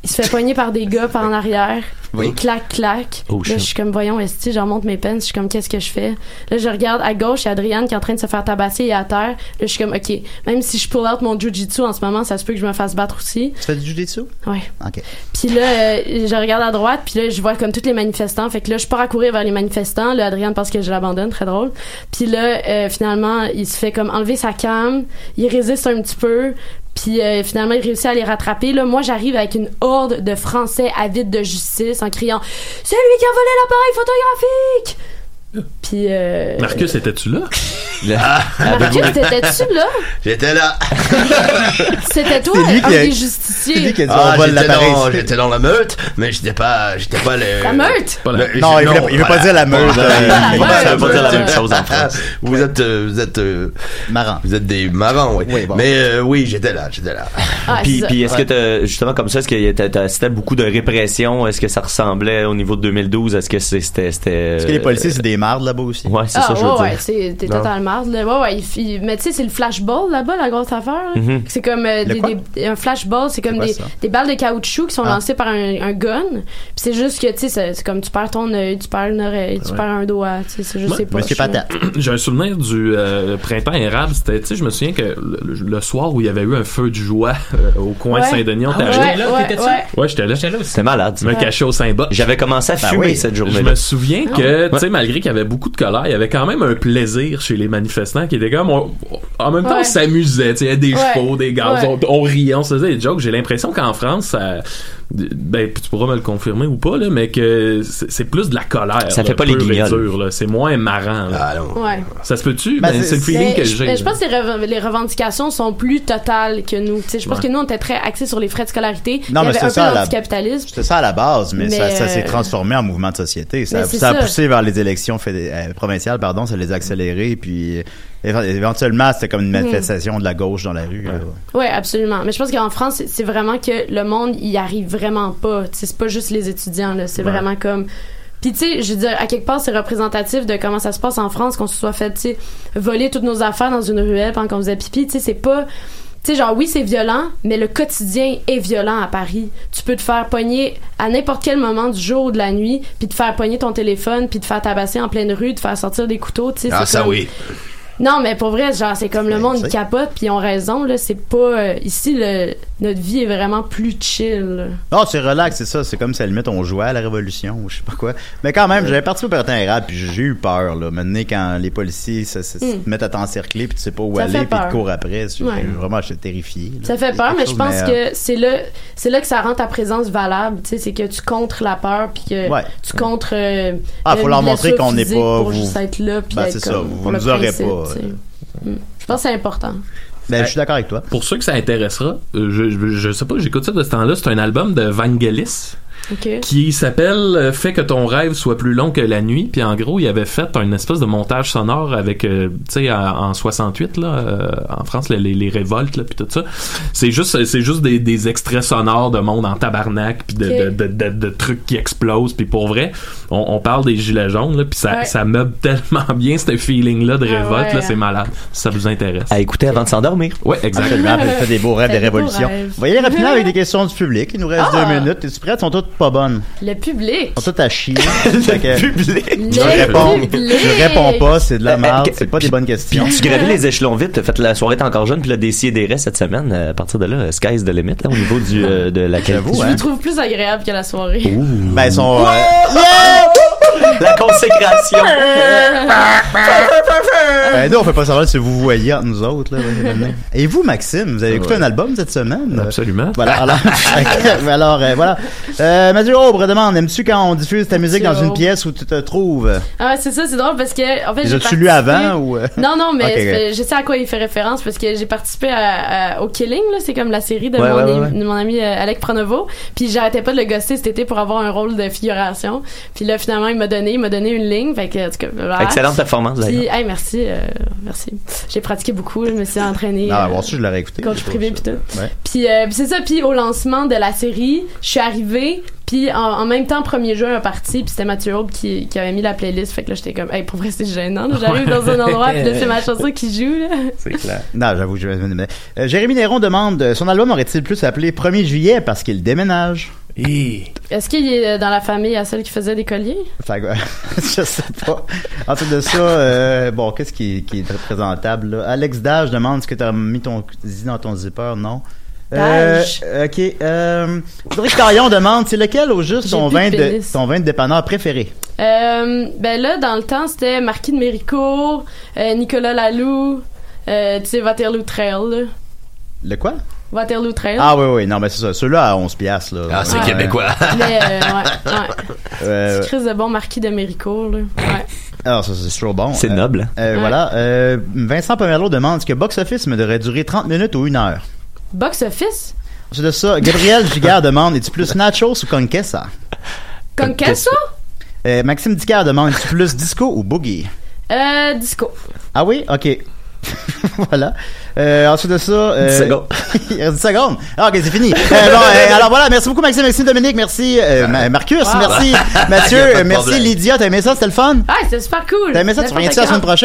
Speaker 5: Il se fait poigner par des gars par en arrière. Et clac, clac.
Speaker 4: Oh,
Speaker 5: là,
Speaker 4: shit.
Speaker 5: je suis comme, voyons, esti, j'en monte mes peines. Je suis comme, qu'est-ce que je fais? Là, je regarde à gauche, il y a Adriane qui est en train de se faire tabasser et à terre. Là, je suis comme, OK, même si je pull out mon jujitsu en ce moment, ça se peut que je me fasse battre aussi.
Speaker 3: Tu fais du jujitsu?
Speaker 5: Ouais.
Speaker 3: OK.
Speaker 5: Puis là, euh, je regarde à droite, puis là, je vois comme tous les manifestants. Fait que là, je pars à courir vers les manifestants. Là, Adrien pense que je l'abandonne, très drôle. Puis là, euh, finalement, il se fait comme enlever sa cam. Il résiste un petit peu. Puis euh, finalement, il réussit à les rattraper. Là, moi, j'arrive avec une horde de Français avides de justice en criant « C'est lui qui a volé l'appareil photographique! » Puis... euh,
Speaker 6: Marcus, étais-tu là?
Speaker 2: Ah.
Speaker 8: Ah, bah,
Speaker 5: Marcus, t'étais-tu là?
Speaker 2: ben, J'étais là.
Speaker 5: C'était toi,
Speaker 2: C'est lui
Speaker 5: un
Speaker 2: qui a-
Speaker 5: des justiciers.
Speaker 2: Ah, j'étais dans, j'étais dans la meute, mais j'étais pas, j'étais pas le.
Speaker 5: La meute?
Speaker 2: Le-
Speaker 3: Non, il voulait- il veut pas dire la meute,
Speaker 2: pas
Speaker 3: euh,
Speaker 2: la-
Speaker 3: il veut
Speaker 2: pas la
Speaker 3: pas dire la
Speaker 2: meute.
Speaker 3: même chose en France.
Speaker 2: Vous êtes, euh, vous êtes
Speaker 3: marrant.
Speaker 2: Vous êtes des marrants, oui. Mais euh, oui, j'étais là, j'étais là.
Speaker 5: Ah,
Speaker 4: puis, puis est-ce que t'as- justement comme ça, est-ce que t'as- t'as- c'était beaucoup de répression Est-ce que ça ressemblait au niveau de 2012 Est-ce que c'est- c'était c'était euh,
Speaker 3: Est-ce que les policiers, c'est des mardes là-bas aussi?
Speaker 4: Ouais, c'est
Speaker 5: ah,
Speaker 4: ça, je
Speaker 5: ouais,
Speaker 4: veux
Speaker 5: ouais,
Speaker 4: dire.
Speaker 5: c'est- t'es
Speaker 4: Non.
Speaker 5: totalement marde. là. Ouais, ouais, il- il- mais tu sais, c'est le flashball là-bas, la grosse affaire. là.
Speaker 4: Mhm.
Speaker 5: C'est comme euh,
Speaker 4: Le
Speaker 5: des-
Speaker 4: quoi?
Speaker 5: des- un flashball, c'est comme
Speaker 4: quoi,
Speaker 5: des,
Speaker 4: ça?
Speaker 5: des balles de caoutchouc qui sont
Speaker 4: Ah.
Speaker 5: lancées par un, un gun. Puis c'est juste que, tu sais, c'est c'est comme tu perds ton œil, tu perds une oreille, tu
Speaker 6: Ouais.
Speaker 5: perds un doigt. tu sais, C'est juste, c'est pas
Speaker 6: J'ai un souvenir du euh, printemps érable. C'était, tu sais, je me souviens que le, le soir où il y avait eu un feu de joie euh, au coin
Speaker 5: Ouais.
Speaker 6: Saint-Denis,
Speaker 5: Ah,
Speaker 6: Ontario.
Speaker 5: ouais, ouais, T'étais-tu là?
Speaker 6: Ouais, j'étais là.
Speaker 4: C'était malade.
Speaker 6: Je me
Speaker 4: Ouais.
Speaker 6: cachais au Saint-Bas.
Speaker 4: J'avais commencé à
Speaker 6: Ben
Speaker 4: fumer
Speaker 6: oui.
Speaker 4: cette
Speaker 6: Je
Speaker 4: journée-là.
Speaker 6: me souviens que, tu sais, malgré qu'il y avait beaucoup de colère, il y avait quand même un plaisir chez les manifestants qui était comme, on- en même temps,
Speaker 4: Ouais.
Speaker 6: on s'amusait, tu sais, il y avait des
Speaker 4: Ouais.
Speaker 6: chevaux, des gaz,
Speaker 4: Ouais.
Speaker 6: on, on riait, on se faisait des jokes. J'ai l'impression qu'en France, ça- ben, tu pourras me le confirmer ou pas, là, mais que c'est c'est plus de la colère.
Speaker 4: Ça
Speaker 6: là,
Speaker 4: fait pas les
Speaker 6: pure et
Speaker 4: guignols.
Speaker 6: dure, là. C'est moins marrant, là.
Speaker 3: Ah,
Speaker 5: Ouais.
Speaker 6: Ça se peut-tu? Ben, c'est le feeling
Speaker 5: Mais
Speaker 6: que
Speaker 5: je-
Speaker 6: j'ai.
Speaker 5: mais Je pense que les, rev- les revendications sont plus totales que nous. Tu sais, je pense
Speaker 3: Ouais.
Speaker 5: que nous, on était très axés sur les frais de scolarité. Il
Speaker 3: Non,
Speaker 5: y
Speaker 3: mais
Speaker 5: avait
Speaker 3: c'est
Speaker 5: un
Speaker 3: ça,
Speaker 5: peu
Speaker 3: la-
Speaker 5: d'anticapitalisme.
Speaker 3: C'était ça à la base, mais,
Speaker 5: Mais,
Speaker 3: ça, ça s'est
Speaker 5: euh,
Speaker 3: transformé en mouvement de société. Ça,
Speaker 5: mais c'est
Speaker 3: ça a
Speaker 5: ça.
Speaker 3: poussé vers les élections fédé- euh, provinciales, pardon, ça les a accélérées, puis euh, éve- éventuellement, c'était comme une
Speaker 5: Mhm.
Speaker 3: manifestation de la gauche dans la rue. là.
Speaker 5: Oui, absolument. Mais je pense qu'en France, c'est- c'est vraiment que le monde y arrive vraiment pas. Tu sais, C'est pas juste les étudiants, là. C'est
Speaker 8: Ouais.
Speaker 5: vraiment comme. Puis, tu sais, je veux dire, à quelque part, c'est représentatif de comment ça se passe en France, qu'on se soit fait, tu sais, voler toutes nos affaires dans une ruelle pendant qu'on faisait pipi. Tu sais, c'est pas. Tu sais, genre, oui, c'est violent, mais le quotidien est violent à Paris. Tu peux te faire pogner à n'importe quel moment du jour ou de la nuit, puis te faire pogner ton téléphone, puis te faire tabasser en pleine rue, te faire sortir des couteaux, tu sais.
Speaker 2: Ah
Speaker 5: c'est
Speaker 2: ça
Speaker 5: comme-
Speaker 2: oui.
Speaker 5: non, mais pour vrai, genre, c'est comme le monde
Speaker 2: tu sais.
Speaker 5: capote, puis ils ont raison, là. C'est pas. euh, ici, le, notre vie est vraiment plus chill. là.
Speaker 3: Non, c'est relax, c'est ça. C'est comme si à la limite on jouait à la Révolution ou je sais pas quoi. Mais quand même, j'avais parti au printemps érable puis j'ai eu peur. Là. Maintenant, quand les policiers se, se- se
Speaker 5: Mm.
Speaker 3: mettent à t'encercler puis tu sais pas où
Speaker 5: Ça fait
Speaker 3: aller puis ils
Speaker 5: peur.
Speaker 3: te courent après, c'est-
Speaker 5: Ouais.
Speaker 3: vraiment, j'étais terrifié. là.
Speaker 5: Ça fait
Speaker 3: C'est
Speaker 5: peur,
Speaker 3: quelque
Speaker 5: mais je
Speaker 3: chose,
Speaker 5: pense
Speaker 3: euh,
Speaker 5: que c'est là, c'est là que ça rend ta présence valable, tu sais. C'est que tu contres la peur, puis que
Speaker 3: Ouais.
Speaker 5: tu contres. euh,
Speaker 3: Ah,
Speaker 5: le-
Speaker 3: faut leur
Speaker 5: blessure
Speaker 3: montrer qu'on n'est
Speaker 5: physique
Speaker 3: pas-
Speaker 5: Pour
Speaker 3: vous-
Speaker 5: juste être là, puis
Speaker 3: Ben,
Speaker 5: être
Speaker 3: c'est ça,
Speaker 5: comme
Speaker 3: vous
Speaker 5: pour le
Speaker 3: nous aurez
Speaker 5: principe,
Speaker 3: pas,
Speaker 5: tu sais.
Speaker 3: euh.
Speaker 5: Mm. Je pense que c'est important.
Speaker 3: Ben, je suis d'accord avec toi.
Speaker 6: Pour ceux que ça intéressera, euh, je, je, je sais pas, j'écoute ça de ce temps-là. C'est un album de Vangelis
Speaker 5: OK.
Speaker 6: qui s'appelle euh, Fais que ton rêve soit plus long que la nuit. Puis en gros, il avait fait un espèce de montage sonore avec, euh, tu sais, en- en 68, là, euh, en France, les, les- les révoltes, là, puis tout ça. C'est juste, c'est juste des, des extraits sonores de monde en tabarnak, puis de,
Speaker 10: Ok.
Speaker 6: de, de, de- de trucs qui explosent. Puis pour vrai, on, on parle des gilets jaunes, là, puis ça,
Speaker 4: Ouais.
Speaker 6: ça meuble tellement bien ce feeling-là de
Speaker 4: Ah
Speaker 6: révolte.
Speaker 4: ouais,
Speaker 6: là,
Speaker 4: hein.
Speaker 6: c'est malade. Si ça vous intéresse.
Speaker 4: À écouter avant de s'endormir.
Speaker 6: Ouais, exactement.
Speaker 3: Absolument, puis fais des beaux rêves des révolutions. On va y aller rapidement avec des questions du public. Il nous reste
Speaker 5: Ah!
Speaker 3: deux minutes. Es-tu prête? Elles sont toutes pas bonnes.
Speaker 5: Le public.
Speaker 3: Elles sont toutes à chier. Fait que- Je
Speaker 5: Le
Speaker 3: réponds.
Speaker 5: public.
Speaker 3: Je réponds pas, Ah, c'est de la merde, c'est pas des bonnes questions.
Speaker 4: Euh, Puis tu gravis les échelons vite. T'as fait la soirée t'es encore jeune, puis là, des si et des restes cette semaine. euh, À partir de là, euh, sky's the limit, là, au niveau du, euh, de la qualité.
Speaker 3: hein.
Speaker 5: Je le trouve plus agréable que la soirée.
Speaker 3: Ben, ils sont. euh,
Speaker 4: La consécration.
Speaker 2: Euh,
Speaker 5: Euh.
Speaker 3: Ben nous, on fait pas savoir si vous voyez entre nous autres. Là, maintenant. Et vous, Maxime, vous avez écouté
Speaker 6: Ah, Ouais.
Speaker 3: un album cette semaine?
Speaker 6: Absolument.
Speaker 3: Voilà, alors, alors, euh, voilà. Euh, Mathieu Aubre demande, aimes-tu quand on diffuse ta musique dans
Speaker 5: Mathieu
Speaker 3: une
Speaker 5: Aubre.
Speaker 3: pièce où tu te trouves?
Speaker 5: Ah, c'est ça, c'est drôle parce que. En fait,
Speaker 3: Les
Speaker 5: j'ai
Speaker 3: as-tu lu
Speaker 5: participé-
Speaker 3: avant ou... euh?
Speaker 5: Non, non, mais
Speaker 3: Ok,
Speaker 5: c'est-
Speaker 3: ok.
Speaker 5: je sais à quoi il fait référence parce que j'ai participé à- à- au Killing, là, c'est comme la série de,
Speaker 3: Ouais,
Speaker 5: mon,
Speaker 3: ouais,
Speaker 5: ami-
Speaker 3: ouais, ouais.
Speaker 5: de mon ami euh, Alec Pronovo. Puis j'arrêtais pas de le gosser cet été pour avoir un rôle de figuration. Puis là, finalement, il m'a donné, il m'a donné une ligne. Fait que, en tout cas, voilà.
Speaker 4: Excellente performance,
Speaker 5: Puis,
Speaker 4: d'ailleurs.
Speaker 5: hey, merci, euh, merci. J'ai pratiqué beaucoup, je me suis entraînée.
Speaker 3: Non,
Speaker 5: euh,
Speaker 3: bon, ça, je l'aurais écouté.
Speaker 5: coach
Speaker 3: je
Speaker 5: privé
Speaker 3: trouve
Speaker 5: puis tout.
Speaker 3: ça. Ouais.
Speaker 5: Puis, euh, puis c'est ça, puis au lancement de la série, je suis arrivée, puis en, en même temps, premier jeu, un parti, puis c'était Mathieu Aube qui, qui avait mis la playlist, fait que là, j'étais comme, hey, pour vrai, c'est gênant, là. j'arrive dans un endroit, puis là, c'est ma chanson qui joue, là.
Speaker 3: Non, j'avoue, euh, je vais... Euh, Jérémy Néron demande, euh, son album aurait-il plus appelé 1er juillet parce qu'il déménage?
Speaker 6: Et...
Speaker 5: Est-ce qu'il est euh, dans la famille à celle qui faisait des colliers?
Speaker 3: Fait que, je sais pas. Ensuite de ça, euh, bon, qu'est-ce qui, qui est représentable? Là? Alex Dage demande ce que tu as mis ton zizi dans ton zipper. Non. Euh,
Speaker 5: Dage.
Speaker 3: ok. Euh, Cédric Tarion demande c'est lequel au juste
Speaker 5: J'ai
Speaker 3: ton
Speaker 5: plus
Speaker 3: vin,
Speaker 5: de
Speaker 3: de,
Speaker 5: pénis.
Speaker 3: ton vin de dépanneur préféré?
Speaker 5: Euh, ben là, dans le temps, c'était Marquis de Méricourt, euh, Nicolas Laloux, euh, tu sais, Waterloo Trail. là.
Speaker 3: Le quoi?
Speaker 5: Waterloo Trail.
Speaker 3: Ah oui, oui, non, mais c'est ça. Ceux-là à 11 piastres. Là.
Speaker 2: Ah, c'est
Speaker 3: Ouais.
Speaker 2: québécois.
Speaker 5: Mais, euh, ouais, ouais.
Speaker 3: Euh,
Speaker 5: Petit Chris de bon Marquis de Méricourt, là. Ouais.
Speaker 3: Alors, Ah, ça, c'est toujours bon.
Speaker 4: C'est
Speaker 3: Euh,
Speaker 4: noble.
Speaker 3: euh,
Speaker 5: Ouais.
Speaker 3: Voilà. Euh, Vincent Pomerleau demande est-ce que Box Office me devrait durer 30 minutes ou une heure?
Speaker 5: Box Office?
Speaker 3: Ensuite de ça, Gabriel Giguère demande es-tu plus Nachos ou Conquessa?
Speaker 5: Comme quel, ça?
Speaker 3: Euh, Maxime Dicard demande es-tu plus Disco ou Boogie?
Speaker 5: Euh, disco.
Speaker 3: Ah oui? OK. voilà. Euh, ensuite de ça. Euh,
Speaker 4: 10 secondes.
Speaker 3: il reste 10 secondes. Ah, ok, c'est fini. Euh, bon, euh, alors voilà, merci beaucoup, Maxime, merci Dominique, merci euh, Ma- Marcus,
Speaker 5: Wow.
Speaker 3: merci
Speaker 2: Y a
Speaker 3: Mathieu,
Speaker 2: pas de
Speaker 3: merci
Speaker 2: problème.
Speaker 3: Lydia. T'as aimé ça? C'était le fun?
Speaker 5: Ah, c'est super cool.
Speaker 3: T'as aimé ça? Tu
Speaker 5: N'importe
Speaker 3: reviens-tu la
Speaker 5: quand.
Speaker 3: semaine prochaine?